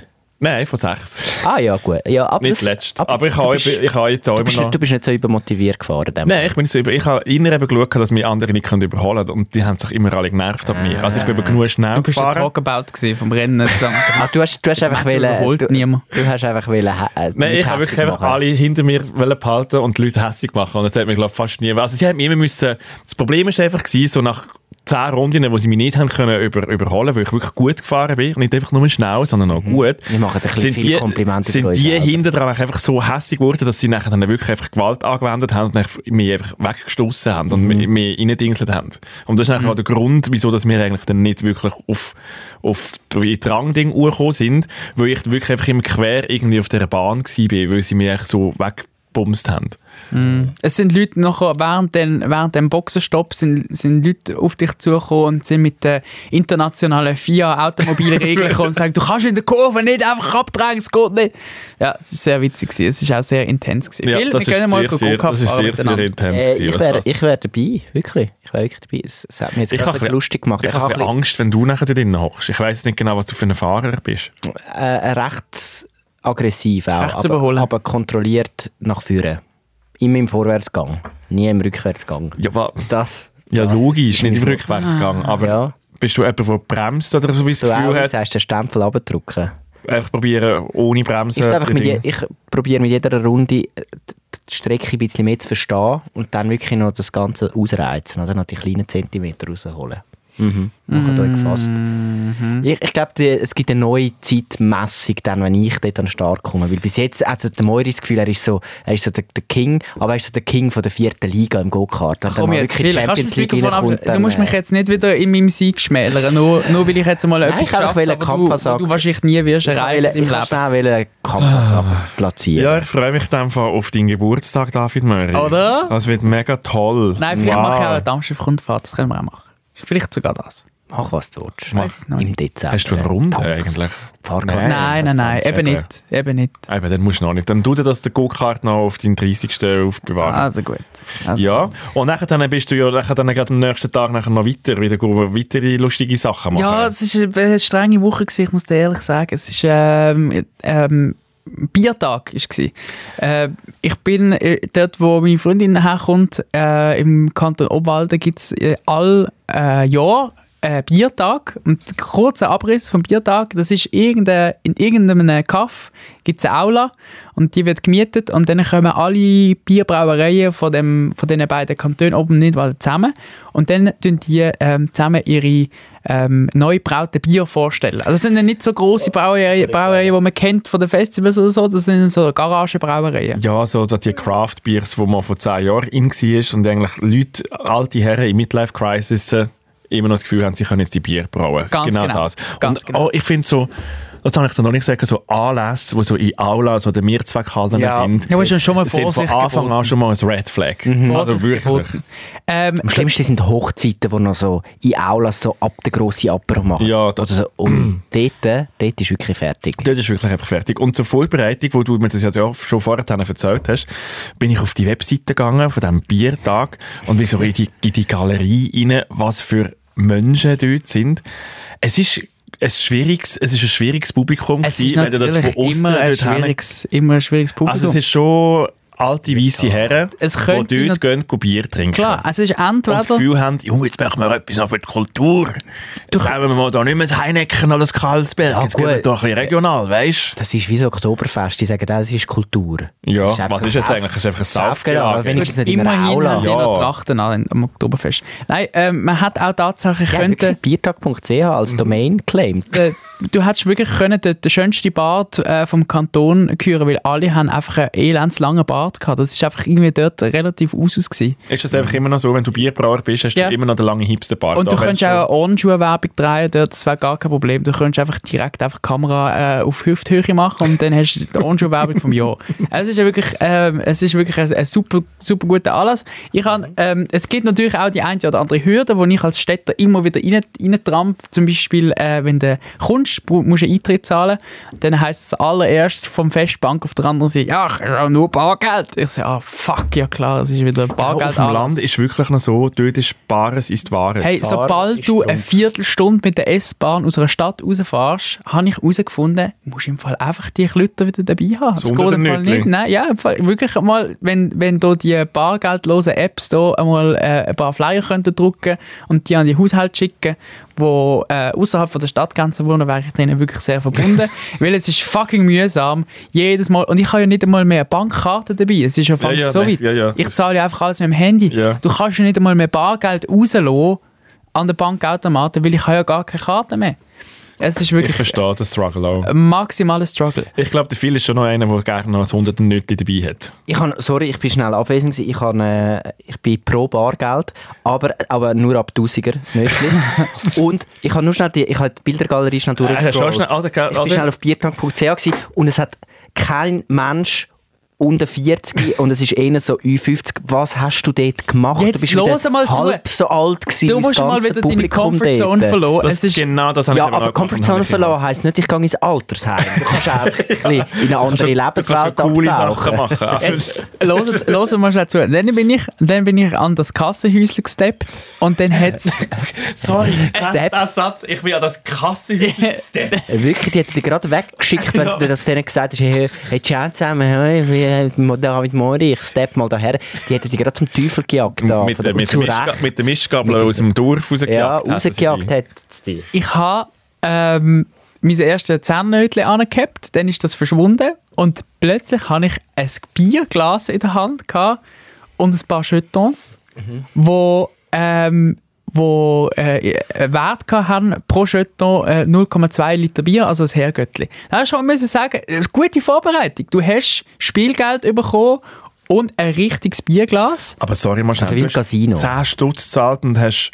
Speaker 2: Nein, von sechs.
Speaker 3: Ah ja, gut. Ja, aber
Speaker 2: Nicht
Speaker 3: das-
Speaker 2: letzt. Aber ich habe
Speaker 3: du bist,
Speaker 2: ich habe jetzt auch
Speaker 3: du,
Speaker 2: immer
Speaker 3: bist,
Speaker 2: noch...
Speaker 3: du bist nicht so übermotiviert gefahren. in Dem.
Speaker 2: Nein, ich bin nicht so über. Ich habe inner eben geschaut, dass mich andere nicht können überholen können. Und die haben sich immer alle genervt an mich. Also ich bin aber genug schnell
Speaker 1: Du bist der
Speaker 2: gefahren.
Speaker 1: Talkabout gewesen vom Rennen zusammen.
Speaker 3: Ah, du hast, du hast einfach
Speaker 1: Mentor
Speaker 3: wollen, äh,
Speaker 1: überholt
Speaker 3: du,
Speaker 1: niemand.
Speaker 3: du hast einfach wollen, äh,
Speaker 2: Nein, ich
Speaker 3: nicht
Speaker 2: habe
Speaker 3: hässig
Speaker 2: wirklich einfach
Speaker 3: machen.
Speaker 2: alle hinter mir wollen behalten und die Leute hässlich machen. Und das hat mich, glaube ich, fast nie... Also sie haben mich immer müssen... Das Problem war einfach, gewesen, so nach zehn Runden, wo sie mich nicht haben können über, überholen, weil ich wirklich gut gefahren bin. Nicht einfach nur schnell, sondern
Speaker 1: Mhm.
Speaker 2: auch gut.
Speaker 3: Wir machen ein bisschen
Speaker 2: sind
Speaker 3: viele
Speaker 2: die,
Speaker 3: Komplimente über
Speaker 2: sind
Speaker 3: uns
Speaker 2: die
Speaker 3: selber.
Speaker 2: hinten dran einfach so hässlich geworden, dass sie nachher dann wirklich einfach Gewalt angewendet haben und dann mich einfach weggestoßen haben
Speaker 3: Mhm.
Speaker 2: und mich- mich reingedingselt haben. Und das ist nachher auch der Grund, wieso dass wir eigentlich dann nicht wirklich auf, auf die Drangding gekommen sind, weil ich wirklich einfach immer quer irgendwie auf dieser Bahn war, weil sie mich echt so weg gebumst haben.
Speaker 1: Es sind Leute nachher während, den, während dem Boxenstopp sind, sind Leute auf dich zugekommen und sind mit den internationalen FIA Automobilregeln gekommen und sagen, du kannst in der Kurve nicht einfach abdrängen, es geht nicht. Ja, es war sehr witzig, gewesen. es war auch sehr intens. Gewesen.
Speaker 2: Ja,
Speaker 1: Phil,
Speaker 2: das
Speaker 1: wir
Speaker 2: ist
Speaker 1: gehen mal
Speaker 2: sehr, sehr,
Speaker 1: Go-Kart
Speaker 2: das ist
Speaker 1: fahren
Speaker 2: sehr, sehr
Speaker 1: miteinander.
Speaker 2: intens.
Speaker 3: Äh,
Speaker 2: gewesen,
Speaker 3: ich
Speaker 2: was
Speaker 3: wäre
Speaker 2: das-
Speaker 3: ich wär dabei, wirklich. Ich wäre wirklich dabei. Es, es hat mich jetzt
Speaker 2: Ich
Speaker 3: gerade
Speaker 2: habe
Speaker 3: ein bisschen lustig gemacht.
Speaker 2: Ich habe
Speaker 3: habe
Speaker 2: ein bisschen Angst, wenn du nachher drinnen hockst. Ich weiß nicht genau, was du für ein Fahrer bist.
Speaker 3: bisschen, äh, recht aggressiv auch,
Speaker 1: Rechts
Speaker 3: aber,
Speaker 1: überholen.
Speaker 3: aber kontrolliert nach vorne. Immer im Vorwärtsgang, nie im Rückwärtsgang.
Speaker 2: Ja, wa-
Speaker 3: Das,
Speaker 2: ja
Speaker 3: das
Speaker 2: logisch, nicht im
Speaker 3: mein-
Speaker 2: Rückwärtsgang. Aber
Speaker 3: Ah. Ja.
Speaker 2: bist du jemand, der bremst oder so wie das
Speaker 3: Du auch,
Speaker 2: Gefühl
Speaker 3: das
Speaker 2: hat?
Speaker 3: heißt, den Stempel abdrücken.
Speaker 2: Einfach probieren, ohne Bremsen.
Speaker 3: Ich, darf einfach
Speaker 2: die
Speaker 3: mit je,
Speaker 2: Dinge-
Speaker 3: ich probiere mit jeder Runde äh, die die Strecke ein bisschen mehr zu verstehen und dann wirklich noch das Ganze ausreizen, oder? Noch die kleinen Zentimeter rausholen. Mhm. Macht euch gefasst.
Speaker 1: Mhm.
Speaker 3: Ich, ich glaube, die- es gibt eine neue Zeitmessung, dann, wenn ich dort an den Start komme. Weil bis jetzt, also der Moiri das Gefühl, er ist so, er ist so der, der King, aber er ist so der King von der vierten Liga im Go-Kart. Wenn dann
Speaker 1: Komm
Speaker 3: mal
Speaker 1: jetzt,
Speaker 3: wirklich
Speaker 1: Phil, kannst du das Mikrofon ab,
Speaker 3: reinkommt,
Speaker 1: Du
Speaker 3: dann,
Speaker 1: musst mich
Speaker 3: äh,
Speaker 1: jetzt nicht wieder in meinem Sieg schmälern, nur, nur weil ich jetzt mal
Speaker 3: Nein,
Speaker 1: etwas
Speaker 3: ich habe
Speaker 1: geschafft
Speaker 3: einfach wollen
Speaker 1: habe, wo du,
Speaker 3: Kampfansage.
Speaker 1: wo du wahrscheinlich nie wirst
Speaker 3: ich
Speaker 1: erreichen
Speaker 3: wollte-
Speaker 1: im
Speaker 3: ich
Speaker 1: Leben. Ah.
Speaker 3: wollte schnell wollen Campus platzieren.
Speaker 2: Ja, ich freue mich dann auf deinen Geburtstag, David Möri.
Speaker 1: Oder?
Speaker 2: Das wird mega toll.
Speaker 1: Nein, vielleicht
Speaker 2: Wow.
Speaker 1: mache ich auch eine Dampfschiffrundfahrt, das können wir auch machen. Vielleicht sogar das.
Speaker 3: Mach was du willst.
Speaker 2: Mach.
Speaker 1: Weiss es noch nicht.
Speaker 3: Im Dezember.
Speaker 2: Hast du eine Runde
Speaker 3: Tanks.
Speaker 2: eigentlich?
Speaker 3: Fahrkarte.
Speaker 2: Nein.
Speaker 1: Nein, nein,
Speaker 2: das
Speaker 1: nein,
Speaker 2: geht
Speaker 1: eben
Speaker 2: eben.
Speaker 1: nicht. Eben nicht.
Speaker 2: Eben, dann musst du noch nicht. Dann tu dir das der Go-Kart noch auf deinen 30. aufbewahren.
Speaker 3: Ah,
Speaker 1: Also gut. Also,
Speaker 2: Ja, und nachher dann bist du ja nachher dann gerade am nächsten Tag nachher noch weiter, wieder gehen, weitere lustige Sachen machen.
Speaker 1: Ja, es war eine äh, strenge Woche, gewesen, ich muss dir ehrlich sagen. Es ist ähm, ähm, Biertag. Ist gewesen. äh, ich bin äh, dort, wo meine Freundin herkommt, äh, im Kanton Obwalden, gibt es äh, all äh, Jahr äh, Biertag. Und kurzer Abriss vom Biertag, das ist irgendein, in irgendeinem Kaff gibt es eine Aula und die wird gemietet und dann kommen alle Bierbrauereien von, dem, von diesen beiden Kantonen oben nicht zusammen und dann tun die ähm, zusammen ihre ähm, neu brauten Bier vorstellen. Also es sind ja nicht so grosse Brauereien, Brauereien, die man kennt von den Festivals oder so, das sind so Garagenbrauereien.
Speaker 2: Ja, so da die Craft Beers, wo man vor 10 Jahren in war und eigentlich Leute, alte Herren in Midlife Crisis äh, immer noch das Gefühl haben, sie können jetzt die Bier brauen.
Speaker 1: Ganz genau.
Speaker 2: das.
Speaker 1: Ganz
Speaker 2: und
Speaker 1: genau.
Speaker 2: auch, ich finde so, das habe ich dir noch nicht gesagt, so Anlässe, wo so in Aulas oder Mehrzweckhallen
Speaker 3: Ja.
Speaker 2: sind,
Speaker 1: Ja, aber ist ja schon mal
Speaker 2: sind von
Speaker 1: Vorsicht Mhm.
Speaker 2: Anfang an schon mal ein Red Flag. Also
Speaker 1: Vorsicht
Speaker 2: wirklich.
Speaker 1: geboten. Ähm,
Speaker 3: Am schlimmsten sind Hochzeiten, wo noch so in Aulas so ab der grossen Apero machen.
Speaker 2: Ja, das-
Speaker 3: Oder so. Und dort, äh, dort ist wirklich fertig.
Speaker 2: Das ist wirklich einfach fertig. Und zur Vorbereitung, wo du mir das ja schon vorher erzählt hast, bin ich auf die Webseite gegangen von diesem Biertag und bin so in die, in die Galerie rein, was für Menschen dort sind. Es ist ein schwieriges, es ist ein schwieriges Publikum,
Speaker 1: es ist
Speaker 2: gewesen, wenn du das
Speaker 1: natürlich
Speaker 2: von außen
Speaker 1: immer, ein
Speaker 2: dort hin-
Speaker 1: schwieriges, immer ein schwieriges Publikum.
Speaker 2: Also es ist schon alte, weiße Herren,
Speaker 1: Es könnte
Speaker 2: die
Speaker 1: nat-
Speaker 2: dort gehen, gehen Bier trinken.
Speaker 1: Klar, es ist
Speaker 2: Und das
Speaker 1: entweder...
Speaker 2: Gefühl haben, «Junge, jetzt machen wir etwas noch für die Kultur. Jetzt haben wir mal da nicht mehr das Heineken oder das Karlsberg.
Speaker 3: Ja,
Speaker 2: jetzt gehen wir
Speaker 3: gut.
Speaker 2: da ein bisschen regional, weißt du?
Speaker 3: Das ist wie so Oktoberfest. Die sagen, das ist Kultur.
Speaker 2: Ja,
Speaker 3: Das einfach
Speaker 2: was ist
Speaker 3: ein
Speaker 2: es eigentlich? Es ist einfach ein
Speaker 3: Sauf-
Speaker 2: Saufgelage.
Speaker 3: aber wenigstens nicht in einer
Speaker 1: Immerhin
Speaker 3: Aula.
Speaker 1: haben die
Speaker 2: Ja.
Speaker 1: noch Trachten an am Oktoberfest. Nein, ähm, man hat auch tatsächlich
Speaker 3: Ja,
Speaker 1: könnte,
Speaker 3: wirklich Biertag.ch
Speaker 2: Mhm.
Speaker 3: als Domain claimed.
Speaker 1: äh, du hättest wirklich können den, den schönsten Bart äh, vom Kanton küren, weil alle haben einfach einen elendslangen Bart gehabt. Das ist einfach irgendwie dort relativ Usus gewesen.
Speaker 2: Ist das einfach immer noch so, wenn du Bierbrauer bist, hast
Speaker 1: Ja.
Speaker 2: du immer noch den langen Hipsterbart.
Speaker 1: Und du
Speaker 2: Auch
Speaker 1: könntest
Speaker 2: wenn
Speaker 1: auch
Speaker 2: du-
Speaker 1: eine Ohrenschuhe-Werbung drehen dort, das wäre gar kein Problem. Du könntest einfach direkt einfach die Kamera äh, auf Hüfthöhe machen und dann hast du die Ohrenschuhe-Werbung vom Jahr. Es ist ja wirklich, ähm, es ist wirklich ein, ein super, super guter Anlass. Ich
Speaker 2: Mhm.
Speaker 1: kann, ähm, es gibt natürlich auch die eine oder andere Hürde, die ich als Städter immer wieder rein, reintramp. Zum Beispiel, äh, wenn du kommst, bru- musst du einen Eintritt zahlen. Dann heisst es allererst vom Festbank auf der anderen Seite, ja, ich habe nur Bargeld. Ich sage, ah, fuck, ja klar, es ist wieder
Speaker 2: Auch
Speaker 1: Bargeld.
Speaker 2: auf dem
Speaker 1: Anlass.
Speaker 2: Land ist wirklich noch so, dort ist Bares ist Wahres.
Speaker 1: Hey,
Speaker 3: Saar
Speaker 1: sobald
Speaker 3: ist
Speaker 1: du
Speaker 3: Trumpf.
Speaker 1: eine Viertelstunde mit der S-Bahn aus einer Stadt rausfährst, habe ich herausgefunden, du musst im Fall einfach die Leute wieder dabei haben.
Speaker 2: So unter
Speaker 1: im
Speaker 2: den
Speaker 1: Fall
Speaker 2: Nötli.
Speaker 1: nicht. Nein, ja, im Fall wirklich mal, wenn, wenn da die bargeldlosen Apps da einmal äh, ein paar Flyer könnten drucken und die an die Haushalte schicken, wo äh, außerhalb von der Stadtgrenze wohnen, wäre ich denen wirklich sehr verbunden, weil es ist fucking mühsam, jedes Mal, und ich habe ja nicht einmal mehr eine Bankkarte dabei, es ist ja fast
Speaker 2: ja,
Speaker 1: so
Speaker 2: nein,
Speaker 1: weit.
Speaker 2: ja, ja, es
Speaker 1: ich
Speaker 2: ist-
Speaker 1: zahle ja einfach alles mit dem Handy.
Speaker 2: Ja.
Speaker 1: Du kannst ja nicht einmal mehr Bargeld rauslassen an den Bankautomaten, weil ich habe ja gar keine Karte mehr. Es ist
Speaker 2: ich
Speaker 1: wirklich
Speaker 2: verstehe den Struggle auch.
Speaker 3: Eh,
Speaker 1: ein maximaler Struggle.
Speaker 2: Ich glaube, der Phil ist schon noch einer, der gerne noch ein hunderten Nötchen dabei hat.
Speaker 3: Ich han, sorry, ich bin schnell abwesend. gewesen. Ich, han, äh, ich bin pro Bargeld, aber, aber nur ab 1000er, nicht. Und ich habe nur schnell die, ich hab die Bildergalerie
Speaker 1: Äh,
Speaker 3: schnell
Speaker 2: hast du schon
Speaker 3: durchgescrollt.
Speaker 2: schnell- ah, der-
Speaker 3: ich
Speaker 2: ah,
Speaker 3: bin
Speaker 2: der-
Speaker 3: schnell auf biertank.ch gewesen und es hat kein Mensch unter 40 und es ist eher so 50 Was hast du dort gemacht?
Speaker 1: Jetzt
Speaker 3: du bist wieder
Speaker 1: los mal zu.
Speaker 3: halb so alt gewesen.
Speaker 1: Du
Speaker 3: wie das
Speaker 1: musst mal
Speaker 3: ganze
Speaker 1: wieder deine
Speaker 3: Publikum
Speaker 1: Comfortzone
Speaker 3: dort.
Speaker 1: verloren.
Speaker 2: Das
Speaker 1: Es ist
Speaker 2: genau das habe
Speaker 3: Ja,
Speaker 2: ich eben auch
Speaker 3: aber
Speaker 2: gemacht,
Speaker 3: Comfortzone
Speaker 2: habe ich
Speaker 3: verloren heisst nicht, ich gehe ins Altersheim. Du kannst auch ein bisschen in eine andere
Speaker 2: Du kannst ja
Speaker 3: Lebenswelt
Speaker 2: coole Sachen
Speaker 3: abtauchen.
Speaker 2: machen. Aber
Speaker 1: Loset, loset mal schnell zu. Dann bin ich, dann bin ich an das Kassenhäuschen gesteppt und dann hat's,
Speaker 2: Sorry,
Speaker 3: Step.
Speaker 2: der Satz, ich bin an das Kassenhäuschen gesteppt.
Speaker 3: Äh, Wirklich, die hätten dich gerade weggeschickt, wenn du das denen gesagt hast, hey, hey, ciao zusammen, hey, wie- äh, mo- David Mori, ich steppe mal daher. Die hätten dich gerade zum Teufel gejagt. Da,
Speaker 2: Mit, der-
Speaker 3: Und
Speaker 2: mit,
Speaker 3: zu
Speaker 2: der Mischga-
Speaker 3: Recht.
Speaker 2: mit der Mischgabel aus dem Dorf rausgejagt.
Speaker 3: Ja,
Speaker 2: hätten sie die.
Speaker 3: rausgejagt hat es dich.
Speaker 1: ich habe, ähm, mein erstes Zähnennötchen angehabt, dann ist das verschwunden und plötzlich habe ich ein Bierglas in der Hand gehabt und ein paar Jetons, wo, ähm, wo äh, äh, Wert gehabt haben pro Jeton äh, 0,2 Liter Bier, also ein Herrgöttli. Da hast du schon müssen sagen, äh, gute Vorbereitung. Du hast Spielgeld bekommen und ein richtiges Bierglas.
Speaker 2: Aber sorry, mal schnell.
Speaker 3: Wie im
Speaker 2: Du hast
Speaker 3: Casino.
Speaker 2: 10 Stutz gezahlt und hast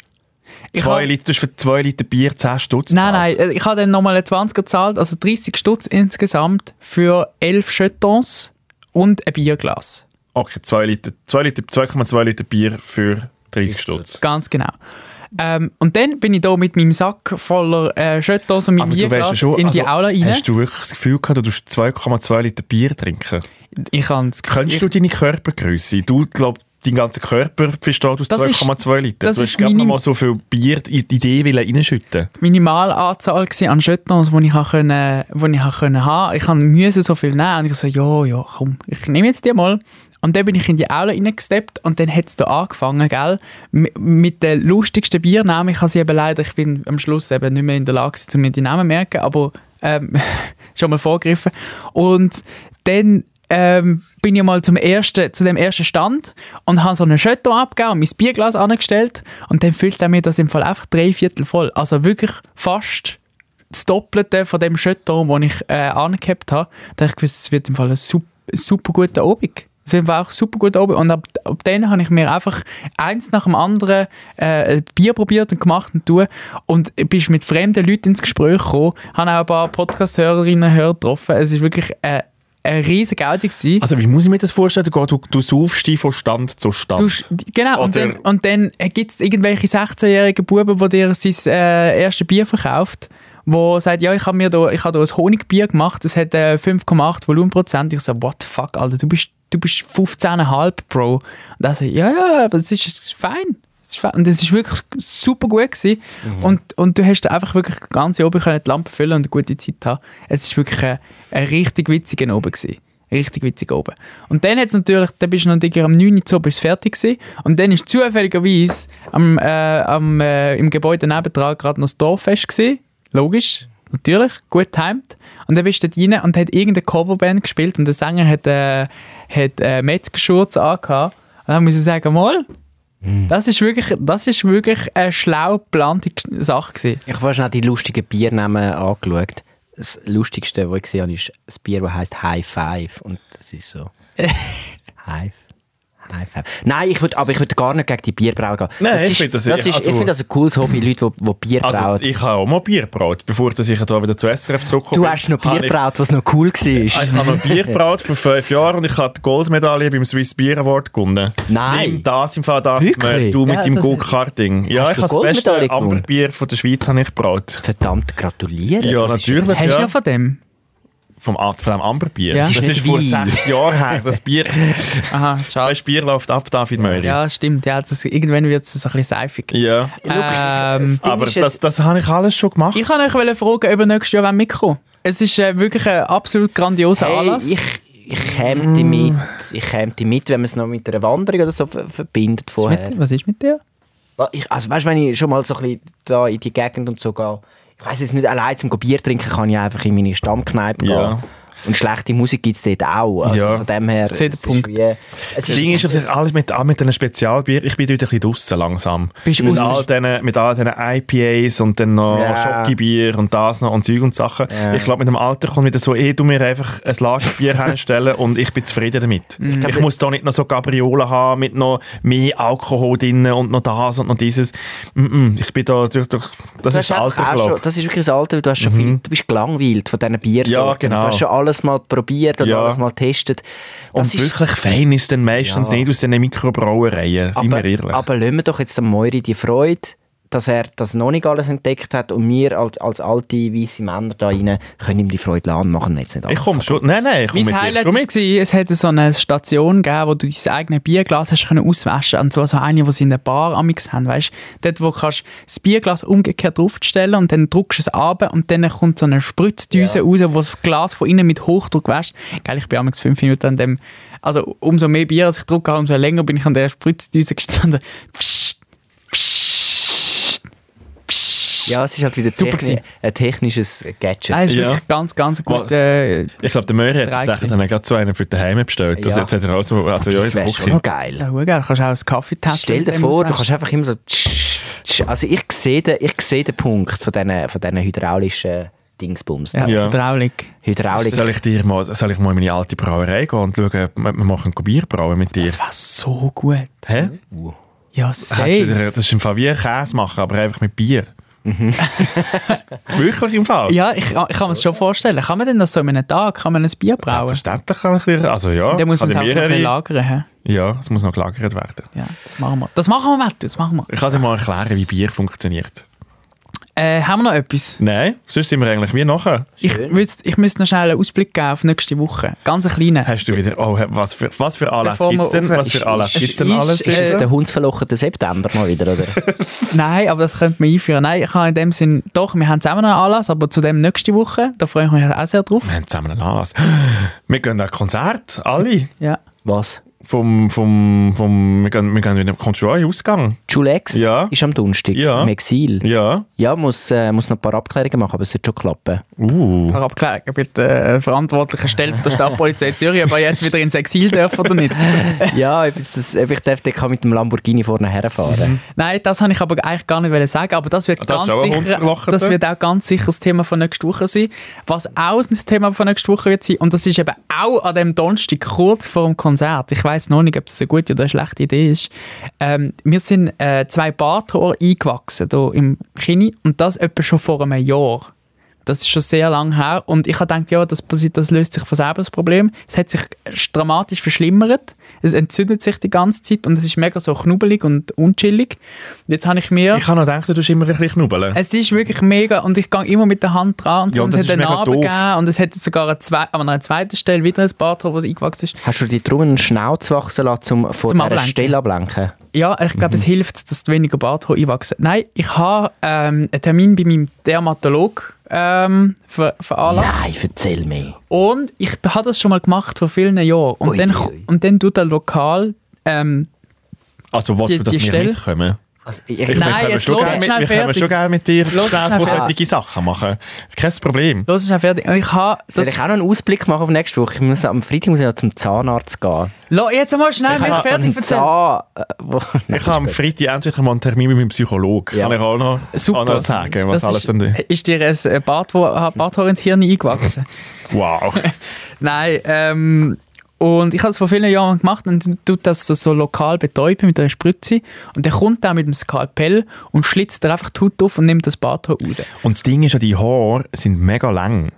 Speaker 1: Ich
Speaker 2: zwei
Speaker 1: hab-
Speaker 2: Liter, du hast für 2 Liter Bier 10 Stutz
Speaker 1: Nein, nein,
Speaker 2: gezahlt.
Speaker 1: äh, ich habe dann nochmal einen 20 gezahlt, also 30 Stutz insgesamt für 11 Jetons und ein Bierglas.
Speaker 2: Okay, 2 Liter, 2 Liter, 2,2 Liter Bier für 30 Stutz.
Speaker 1: Ganz genau. Ähm, und dann bin ich da mit meinem Sack voller äh, Jetons und meinem
Speaker 2: Aber du weißt ja
Speaker 1: Bierglas
Speaker 2: schon,
Speaker 1: in die
Speaker 2: also,
Speaker 1: Aula rein.
Speaker 2: hast du wirklich das Gefühl gehabt, du musst 2,2 Liter Bier trinken?
Speaker 1: Ich kann's
Speaker 2: Könntest
Speaker 1: ich,
Speaker 2: du deine Körpergröße? Du glaubst, dein ganzer Körper besteht aus
Speaker 1: Das ist-
Speaker 2: 2,2 Liter.
Speaker 1: das
Speaker 2: Du
Speaker 1: ist
Speaker 2: hast gerade
Speaker 1: meine-
Speaker 2: noch mal so viel Bier in die Idee wollen reinschütten
Speaker 1: Minimalanzahl gewesen an Jetons, die ich ha können, die ich ha können haben. Ich han müssen so viel nehmen und ich so, ja, ja, komm, ich nehme jetzt die mal. Und dann bin ich in die Aula reingesteppt und dann hat's da angefangen, gell? M mit den lustigsten Biernamen. Ich habe sie eben leider, ich bin am Schluss eben nicht mehr in der Lage, um mir die Namen zu merken, aber ähm, schon mal vorgegriffen. Und dann ähm, bin ich mal zum ersten, zu dem ersten Stand und habe so einen Schötton abgegeben und mein Bierglas angestellt und dann füllt er mir das im Fall einfach drei Viertel voll. Also wirklich fast das Doppelte von dem Schötton, den ich äh, angehabt habe. Da habe ich gewusst, es wird im Fall ein super, super guter Obig. Es wird einfach super gut oben. Und ab, ab dann habe ich mir einfach eins nach dem anderen äh, Bier probiert und gemacht und tue. Und bist mit fremden Leuten ins Gespräch gekommen. Habe auch ein paar Podcast-Hörerinnen und Hörer getroffen. Es ist wirklich äh, eine riesige Gaudi. gewesen.
Speaker 2: Also wie muss ich mir das vorstellen? Du, du, du saufst dich von Stand zu Stand.
Speaker 1: Du, sch- genau, und
Speaker 2: Oder-
Speaker 1: dann, und dann gibt es irgendwelche 16-jährigen Buben, die dir sein äh, erstes Bier verkauft, wo sagt, ja, ich habe mir da, ich habe da ein Honigbier gemacht, das hat äh, 5,8 Volumenprozent. Ich so, what the fuck, Alter, du bist, du bist 15,5, Bro. Und er so, ja, ja, aber das ist, das ist fein. Das ist fein. Und das ist wirklich super gut gewesen. Und, und du hast da einfach wirklich ganz oben können die Lampe füllen und eine gute Zeit haben. Es ist wirklich ein, ein richtig witziger oben gewesen. Richtig witzig oben. Und dann hat's natürlich, dann bist du noch dicker, am 9 Uhr zu oben ist fertig gewesen. Und dann ist zufälligerweise am, äh, am, äh, im Gebäude nebendran gerade noch das Dorffest gewesen. Logisch, natürlich, gut timed. Und dann bist du dort rein und hat irgendeine Coverband gespielt und der Sänger hat, äh, hat äh, Metzgerschurz angehabt. Und dann muss ich sagen, mal, das ist wirklich, das ist wirklich eine schlau geplante G- Sache gewesen.
Speaker 3: Ich habe schnell die lustigen Biernamen angeschaut. Das Lustigste, was ich gesehen habe, ist das Bier, das heisst High Five. Und das ist so. High High Five. Nein, ich würd, aber ich würde gar nicht gegen die Bierbrauer gehen.
Speaker 2: Nein,
Speaker 3: das
Speaker 2: ich
Speaker 3: ist,
Speaker 2: find das-
Speaker 3: das ist,
Speaker 2: also-
Speaker 3: Ich finde das ein cooles Hobby, Leute, die, die Bier brauen.
Speaker 2: Also, ich habe auch mal Bier gebraut, bevor dass ich da wieder zu SRF zurückkomme.
Speaker 3: Du hast noch Bier
Speaker 2: Habe ich- Äh, Ah, also,
Speaker 3: gebraut, was noch cool war.
Speaker 2: Ich habe noch Bier gebraut vor fünf Jahren und ich habe die Goldmedaille beim Swiss Beer Award gewonnen.
Speaker 3: Nein.
Speaker 2: Nimm das im Fall da,
Speaker 3: Wirklich?
Speaker 2: du mit
Speaker 3: Ja,
Speaker 2: deinem
Speaker 3: das-
Speaker 2: Go-Karting. Ja,
Speaker 3: Hast
Speaker 2: ich habe
Speaker 3: du
Speaker 2: das
Speaker 3: Goldmedaille
Speaker 2: beste
Speaker 3: gewonnen?
Speaker 2: Amberbier von der Schweiz habe ich gebraut.
Speaker 3: Verdammt, gratulieren.
Speaker 2: Ja,
Speaker 3: Das ist-
Speaker 2: natürlich.
Speaker 1: Hast du
Speaker 2: ja.
Speaker 1: noch von dem?
Speaker 2: Vom, A- von dem Amberbier.
Speaker 1: Ja.
Speaker 2: Das
Speaker 3: Das
Speaker 2: ist,
Speaker 3: ist nicht
Speaker 2: vor
Speaker 3: Wein.
Speaker 2: sechs Jahren her. Das Bier, Ah,
Speaker 1: Aha, schade.
Speaker 2: das Bier läuft ab, David Möri.
Speaker 1: Ja, stimmt, ja, das, irgendwann wird es ein bisschen seifig.
Speaker 2: Ja.
Speaker 1: Ähm,
Speaker 3: Ah, Ding
Speaker 2: Aber
Speaker 3: ist jetzt-
Speaker 2: das, das habe ich alles schon gemacht.
Speaker 1: Ich wollte euch wollen fragen, ob ihr nächstes Jahr mitkommen wollt. Es ist äh, wirklich ein absolut grandioser
Speaker 3: Hey,
Speaker 1: Anlass.
Speaker 3: ich, ich käme die mit, ich käme die mit, wenn man es noch mit einer Wanderung oder so ver- verbindet
Speaker 1: was,
Speaker 3: vorher.
Speaker 1: ist mit, was ist mit dir?
Speaker 3: Wa- Ich, also weißt, wenn ich schon mal so ein bisschen da in die Gegend und so gehe, ich weiß jetzt nicht, allein zum Bier trinken kann ich einfach in meine Stammkneipe
Speaker 2: Ja.
Speaker 3: gehen. Und schlechte Musik gibt es dort auch. Also
Speaker 2: Ja.
Speaker 3: Von dem her.
Speaker 1: sehe den
Speaker 3: es ist
Speaker 1: Punkt.
Speaker 3: wie- es
Speaker 2: Das Ding ist, ich sehe alles mit, auch mit einem Spezialbier, ich bin dort ein bisschen draussen langsam.
Speaker 1: Bist du
Speaker 2: mit, all
Speaker 1: draussen?
Speaker 2: diesen, mit all diesen IPAs und dann noch
Speaker 3: Ja.
Speaker 2: Schokibier und das noch und Zeug und Sachen.
Speaker 3: Ja.
Speaker 2: Ich glaube, mit dem Alter kommt wieder so, eh du mir einfach ein Lagerbier herstellen und ich bin zufrieden damit. Ich,
Speaker 3: glaub,
Speaker 2: muss da nicht noch so Gabriolen haben mit noch mehr Alkohol drin und noch das und noch dieses. Mm -mm, ich bin da durch, durch das
Speaker 3: Du
Speaker 2: ist das
Speaker 3: hast einfach
Speaker 2: Alter,
Speaker 3: auch schon,
Speaker 2: glaube
Speaker 3: das ist wirklich das Alter, weil du hast schon viel, du bist gelangweilt von diesen Biersorten.
Speaker 2: Ja, genau.
Speaker 3: Du hast schon alles mal probiert und
Speaker 2: Ja.
Speaker 3: alles mal testet. Das
Speaker 2: Und
Speaker 3: ist-
Speaker 2: wirklich fein ist dann meistens
Speaker 3: Ja.
Speaker 2: nicht aus den Mikrobrauereien, sind wir ehrlich.
Speaker 3: aber lassen wir doch jetzt dem Moiri die Freude, dass er das noch nicht alles entdeckt hat und wir als, als alte, weiße Männer da rein können ihm die Freude lassen, machen wir jetzt nicht
Speaker 2: ich komme schon, nein, nein, ich
Speaker 1: Mein
Speaker 2: komme mit dir
Speaker 1: Highlight
Speaker 2: schon
Speaker 1: war,
Speaker 2: mit.
Speaker 1: es hätte so eine Station gegeben, wo du dein eigenes Bierglas hast können auswaschen Und zwar so eine, die sie in der Bar amix haben, weißt Dort, wo kannst du das Bierglas umgekehrt draufstellen und dann drückst du es ab und dann kommt so eine Spritzdüse raus, wo das Glas von innen mit Hochdruck wäscht. Geil, ich bin amix fünf Minuten an dem... Also umso mehr Bier, als ich getrunken habe, umso länger bin ich an der Spritzdüse gestanden. Psst,
Speaker 3: Ja, es ist halt wieder
Speaker 1: Super
Speaker 3: techni
Speaker 1: gewesen.
Speaker 3: ein technisches Gadget.
Speaker 1: Nein, es ist
Speaker 2: Ja.
Speaker 1: wirklich ganz, ganz gut.
Speaker 2: Was?
Speaker 1: Äh,
Speaker 2: Ich glaube, der Möri
Speaker 1: Drei
Speaker 2: hat sich gedacht,
Speaker 1: gewesen.
Speaker 2: dann hat gerade so einen für daheim bestellt. Also
Speaker 3: Ja.
Speaker 2: jetzt hat er auch so, also ja, in
Speaker 3: das
Speaker 2: der
Speaker 3: wäre schon
Speaker 2: Küche.
Speaker 3: noch geil.
Speaker 1: ja, schau, da kannst du auch einen Kaffee testen.
Speaker 3: Stell dir vor, du kannst einfach immer so... tsch, tsch. Also ich sehe den, ich sehe den Punkt von diesen von diesen hydraulischen Dingsbums.
Speaker 1: Ja,
Speaker 2: Ja.
Speaker 1: Hydraulik.
Speaker 3: Hydraulik.
Speaker 2: Soll ich, dir mal, soll ich mal in meine alte Brauerei gehen und schauen, ob wir machen Bier brauen mit dir?
Speaker 1: Das war so gut.
Speaker 2: Hä?
Speaker 1: Ja,
Speaker 2: Hey.
Speaker 1: safe.
Speaker 2: Das ist im Fall wie Käse machen, aber einfach mit Bier. Wirklich im Fall?
Speaker 1: Ja, ich, ich kann mir das schon vorstellen. Kann man denn das so in einem Tag, kann man ein Bier brauen?
Speaker 2: Selbstverständlich kann ich dir, also ja.
Speaker 1: Dann muss man
Speaker 2: kann
Speaker 1: es
Speaker 2: ich
Speaker 1: einfach
Speaker 2: mir
Speaker 1: noch ein
Speaker 2: eine-
Speaker 1: bisschen lagern. hä?
Speaker 2: Ja, es muss noch gelagert werden.
Speaker 1: Ja, das machen wir. Das machen wir, Matthew, das machen wir.
Speaker 2: Ich kann dir mal erklären, wie Bier funktioniert.
Speaker 1: Äh, haben wir noch etwas?
Speaker 2: Nein, sonst sind wir eigentlich wie nachher.
Speaker 1: Ich, würd's- ich müsste noch schnell einen Ausblick geben auf nächste Woche. Ganz einen kleinen.
Speaker 2: Hast du wieder, oh, was für, was für Anlässe
Speaker 1: Bevor
Speaker 2: gibt es
Speaker 1: wir
Speaker 2: denn?
Speaker 1: aufhören-
Speaker 2: Was für Anlässe
Speaker 1: Es
Speaker 2: gibt es denn
Speaker 1: ist-
Speaker 2: alles?
Speaker 1: es
Speaker 3: Ist es
Speaker 1: Äh.
Speaker 3: der hundsverlocherte September mal wieder, oder?
Speaker 1: Nein, aber das könnte man einführen. Nein, ich habe in dem Sinn, doch, wir haben zusammen noch einen Anlass, aber zu dem nächste Woche, da freue ich mich auch sehr drauf.
Speaker 2: wir haben zusammen einen Anlass. Wir gehen an ein Konzert, alle.
Speaker 1: Ja.
Speaker 3: Was?
Speaker 2: Vom, vom, vom, wir gehen, wir gehen wieder, kommst du auch in den Ausgang?
Speaker 3: Julex
Speaker 2: Ja.
Speaker 3: ist am Donnerstag
Speaker 2: Ja.
Speaker 3: im Exil.
Speaker 2: Ja.
Speaker 3: Ja, muss, äh, muss noch ein paar Abklärungen machen, aber es wird schon klappen.
Speaker 2: Uh.
Speaker 1: Herr Abkläger, bitte äh, verantwortlicher Stelle von der Stadtpolizei Zürich, ob er jetzt wieder ins Exil darf oder nicht.
Speaker 3: ja, ob, jetzt das, ob ich darf, der kann mit dem Lamborghini vorne herfahren.
Speaker 1: Nein, das habe ich aber eigentlich gar nicht wollen sagen, aber das wird,
Speaker 2: Ah, Das ist auch
Speaker 1: ganz,
Speaker 2: ein
Speaker 1: sicher,
Speaker 2: Hundsverlocheter.
Speaker 1: das wird auch ganz sicher das Thema von nächster Woche sein. Was auch das Thema von nächster Woche wird sein, und das ist eben auch an dem Donnerstag, kurz vor dem Konzert, ich weiß noch nicht, ob das eine gute oder eine schlechte Idee ist, ähm, wir sind äh, zwei Bartore eingewachsen hier im Kini und das etwa schon vor einem Jahr. Das ist schon sehr lange her und ich habe gedacht, ja, das, passiert, das löst sich von selber das Problem. Es hat sich äh, dramatisch verschlimmert, es entzündet sich die ganze Zeit und es ist mega so knubbelig und unchillig. Und jetzt habe ich mir...
Speaker 2: Ich habe noch gedacht, du tust immer ein bisschen knubbeln.
Speaker 1: Es ist wirklich mega und ich gehe immer mit der Hand dran und, so.
Speaker 2: Ja,
Speaker 1: und
Speaker 2: und
Speaker 1: es
Speaker 2: das
Speaker 1: hat
Speaker 2: ist
Speaker 1: einen
Speaker 2: mega
Speaker 1: Narbe
Speaker 2: doof.
Speaker 1: gegeben und es hat jetzt sogar eine zwei, an einer zweiten Stelle wieder ein Barthaar, das eingewachsen ist.
Speaker 3: Hast du dir drum einen Schnauz wachsen lassen, um von
Speaker 1: Zum
Speaker 3: dieser
Speaker 1: Ablenken.
Speaker 3: Stelle ablenken?
Speaker 1: Ja, ich glaube,
Speaker 2: Mhm.
Speaker 1: es hilft, dass weniger Barthaar einwachsen. Nein, ich habe ähm, einen Termin bei meinem Dermatolog ähm, ver veranlasst.
Speaker 3: Nein, erzähl mir.
Speaker 1: Und ich habe das schon mal gemacht vor vielen Jahren. Und,
Speaker 3: Ui,
Speaker 1: dann,
Speaker 3: ui.
Speaker 1: und dann tut der Lokal... Ähm,
Speaker 2: also,
Speaker 1: die-
Speaker 2: willst du, dass
Speaker 1: die
Speaker 2: wir
Speaker 1: Stelle-
Speaker 2: mitkommen?
Speaker 3: Also,
Speaker 2: Ich
Speaker 1: Nein,
Speaker 2: meine, wir
Speaker 1: jetzt
Speaker 2: schon
Speaker 1: los,
Speaker 2: gerne
Speaker 1: jetzt
Speaker 2: mit-
Speaker 1: schnell
Speaker 2: wir können
Speaker 1: fertig.
Speaker 2: schon gerne mit dir
Speaker 1: Los,
Speaker 2: schnell
Speaker 1: schnell
Speaker 2: wo
Speaker 1: fertig.
Speaker 2: solche Sachen machen. Das ist kein Problem.
Speaker 1: los, ist auch fertig. Und ich habe...
Speaker 3: soll
Speaker 1: Das,
Speaker 3: ich auch noch einen Ausblick machen auf nächste Woche? Ich muss, am Freitag muss ich noch zum Zahnarzt gehen.
Speaker 1: Lo- jetzt mal schnell, wenn ich
Speaker 3: so einen
Speaker 1: fertig erzählen.
Speaker 3: Zahn... Äh, wo,
Speaker 2: Ich habe am Freitag endlich mal einen Termin mit meinem Psychologen.
Speaker 3: Ja.
Speaker 2: Kann ich auch noch, auch noch sagen, was
Speaker 1: das
Speaker 2: alles
Speaker 1: ist,
Speaker 2: denn...
Speaker 1: Ist dir ein Bart, wo, Barthaar ins Hirn eingewachsen?
Speaker 2: Wow.
Speaker 1: Nein, ähm, und ich habe es vor vielen Jahren gemacht und dann tut das so, so lokal betäuben mit einer Spritze. Und dann kommt er mit dem Skalpell und schlitzt er einfach die Haut auf und nimmt das Barthaar raus.
Speaker 2: Und das Ding ist ja, die Haare sind mega lang.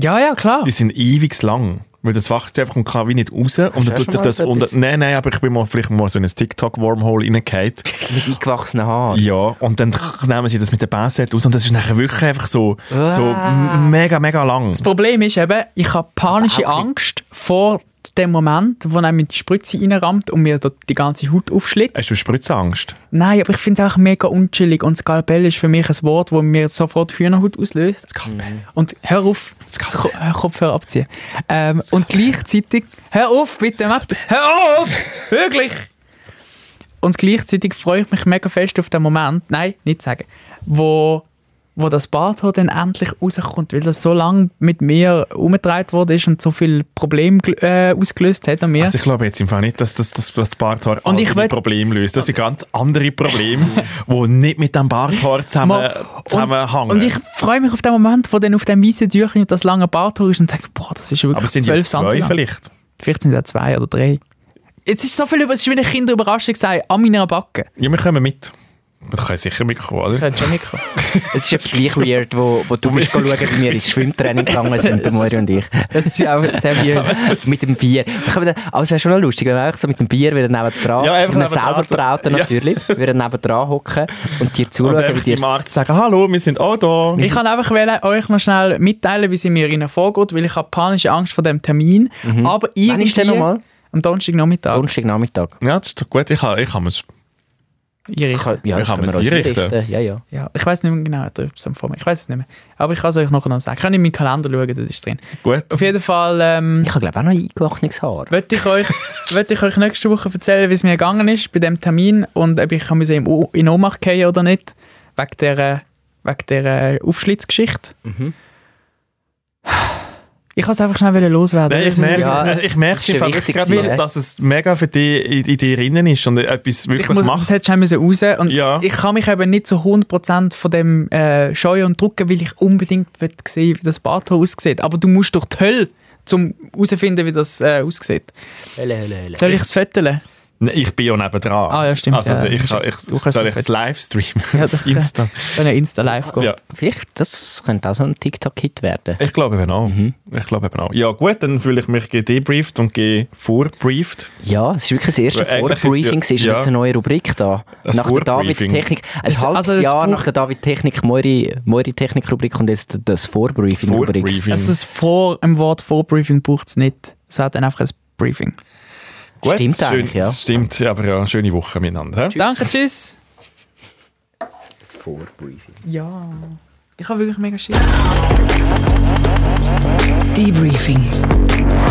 Speaker 1: Ja, ja, klar.
Speaker 2: Die sind ewig lang. Weil das wächst einfach und kann wie nicht raus. und
Speaker 3: du
Speaker 2: dann
Speaker 3: auch
Speaker 2: tut sich
Speaker 3: schon mal
Speaker 2: das
Speaker 3: so
Speaker 2: unter...
Speaker 3: etwas?
Speaker 2: Nein, nein, aber ich bin mal vielleicht mal so in ein TikTok-Wormhole reingehauen.
Speaker 3: mit eingewachsenen Haaren.
Speaker 2: ja, und dann nehmen sie das mit der Bassett aus und das ist nachher wirklich einfach so, so
Speaker 1: Ah.
Speaker 2: m- mega, mega lang.
Speaker 1: Das Problem ist eben, ich habe panische
Speaker 2: Ah,
Speaker 3: Aber auch
Speaker 1: Angst vor dem Moment, wo er mit die Spritze reinrammt und mir dort die ganze Haut aufschlitzt.
Speaker 2: Hast du Spritzangst?
Speaker 1: Nein, aber ich finde es auch mega unchillig und Skalpell ist für mich ein Wort, das mir sofort Hühnerhaut auslöst. Skalpell. Und hör auf, das Ko- hör Kopfhörer abziehen. Ähm, und gleichzeitig, hör auf, bitte, Matt, hör auf, wirklich. Und gleichzeitig freue ich mich mega fest auf den Moment, nein, nicht sagen, wo, wo das Barthaar dann endlich rauskommt, weil das so lange mit mir umgetragen worden ist und so viel Probleme gel- äh, ausgelöst hat an mir.
Speaker 2: Also ich glaube jetzt im Fall nicht, dass das, das, das Barthaar
Speaker 1: Und ich
Speaker 2: andere
Speaker 1: möcht-
Speaker 2: Probleme löst. Das sind ganz andere Probleme, die nicht mit dem Barthaar zusammen,
Speaker 1: Mal-
Speaker 2: zusammenhängen.
Speaker 1: Und ich freue mich auf den Moment, wo dann auf dem weißen Tüchchen das lange Barthaar ist und sage, boah, das ist
Speaker 2: aber
Speaker 1: wirklich
Speaker 2: es sind ja
Speaker 1: zwölf
Speaker 2: zwei
Speaker 1: Cent. lang.
Speaker 2: vielleicht.
Speaker 1: Vielleicht sind es auch zwei oder drei. Jetzt ist so viel über, es ist wie eine Kinderüberraschung sein, an meiner Backe.
Speaker 2: Ja, wir kommen mit. Das kann sicher mitkommen, oder?
Speaker 1: Könntest du auch mitkommen.
Speaker 3: Es ist etwas gleich weird, wo, wo du bist schauen, wie wir ins Schwimmtraining gegangen sind, der Moira und ich.
Speaker 1: Das ist ja auch sehr weird.
Speaker 3: Mit dem Bier. Ich habe mir gedacht, Aber es wäre schon noch lustig, wenn wir einfach so mit dem Bier wieder neben dran,
Speaker 2: Ja, einfach
Speaker 3: einem
Speaker 2: nebendran,
Speaker 3: selber
Speaker 2: so.
Speaker 3: brauten
Speaker 2: Ja.
Speaker 3: natürlich, wieder neben dran hocken und dir
Speaker 2: Und
Speaker 3: zuschauen, wie
Speaker 2: einfach die
Speaker 3: dir das-
Speaker 2: Markt sagen, hallo, wir sind auch da.
Speaker 1: Ich kann einfach wollen, euch noch schnell mitteilen, wie sie mir ihnen vorgeht, weil ich habe panische Angst vor dem Termin.
Speaker 2: Mhm.
Speaker 1: Aber
Speaker 3: Wann ist der
Speaker 1: irgendwie
Speaker 3: nochmal?
Speaker 1: am Donnerstagnachmittag
Speaker 3: Donnerstagnachmittag.
Speaker 2: Ja, das ist doch gut. Ich kann, ich kann mir's-
Speaker 1: Ihr
Speaker 3: Ich kann-
Speaker 1: richtet.
Speaker 3: Ja,
Speaker 2: Wir
Speaker 3: das
Speaker 2: können
Speaker 3: können wir
Speaker 2: es
Speaker 3: uns
Speaker 2: einrichten.
Speaker 3: einrichten. Ja, ja.
Speaker 1: Ja, ich weiß nicht mehr genau, ob es am Vormittag Ich weiß es nicht mehr. Aber ich kann es euch nachher noch sagen. Könnt ihr in meinen Kalender schauen, das ist drin.
Speaker 2: gut.
Speaker 1: Auf jeden Fall ähm,
Speaker 3: Ich habe glaube auch noch eingewachsenes Haar.
Speaker 1: möchte ich, euch, möchte ich euch nächste Woche erzählen, wie es mir gegangen ist bei dem Termin und ob ich kann müssen im O- in Ohnmacht gehen oder nicht. Wegen dieser, wegen dieser Aufschlitzgeschichte.
Speaker 3: Mhm.
Speaker 1: Ich kann es einfach schnell loswerden.
Speaker 2: Nein, ich merke,
Speaker 3: Ja,
Speaker 2: also ich merke
Speaker 3: das
Speaker 2: es
Speaker 3: ist ja
Speaker 2: einfach
Speaker 3: wichtig
Speaker 2: gerade,
Speaker 3: gewesen,
Speaker 2: dass,
Speaker 3: ja.
Speaker 2: dass es mega für dich in, in dir innen ist und etwas wirklich
Speaker 1: ich muss,
Speaker 2: macht.
Speaker 1: das hättest du schon müssen raus und
Speaker 2: Ja.
Speaker 1: ich kann mich eben nicht zu 100% von dem äh, scheuen und drücken, weil ich unbedingt will sehen wie das Badhaus aussieht. Aber du musst durch die Hölle, um herauszufinden, wie das äh, aussieht.
Speaker 3: Hölle, Hölle, Hölle.
Speaker 1: Soll ich es fetteln?
Speaker 2: Nein, ich bin ja nebendran.
Speaker 1: Ah, ja, stimmt,
Speaker 2: Also, also
Speaker 1: ja.
Speaker 2: ich, kann- ich,
Speaker 1: Du kannst
Speaker 2: soll
Speaker 1: es
Speaker 2: ich es livestream?
Speaker 1: Ja, doch, ja.
Speaker 2: Insta.
Speaker 1: Wenn ein Insta-Live geht.
Speaker 2: Ja.
Speaker 3: Vielleicht, das könnte auch so ein TikTok-Hit werden.
Speaker 2: Ich glaube eben auch.
Speaker 1: Mhm.
Speaker 2: Ich glaube eben auch. Ja gut, dann fühle ich mich gedebrieft und ge vorbrieft.
Speaker 3: Ja, es ist wirklich das erste
Speaker 2: Weil Äh, eigentlich
Speaker 3: Vorbriefing.
Speaker 2: ist
Speaker 3: Es
Speaker 2: ja-
Speaker 3: ist jetzt eine neue Rubrik da.
Speaker 2: Das
Speaker 3: nach der
Speaker 2: Vorbriefing.
Speaker 3: David-Technik. Ein
Speaker 1: Es-
Speaker 3: halbes
Speaker 1: also es
Speaker 3: Jahr
Speaker 1: braucht-
Speaker 3: nach der David-Technik, Moiri, Moiri Technik-Rubrik und jetzt das Vorbriefing-Rubrik.
Speaker 2: Vorbriefing.
Speaker 1: Also das vor dem Wort Vorbriefing braucht es nicht. Es wäre dann einfach ein Briefing.
Speaker 2: Gut,
Speaker 3: Stimmt
Speaker 2: schön,
Speaker 3: eigentlich, ja.
Speaker 2: Stimmt, aber ja, schöne Woche miteinander. hä?
Speaker 1: Danke, tschüss. Ja. Ich habe wirklich mega Schiss.
Speaker 4: Debriefing.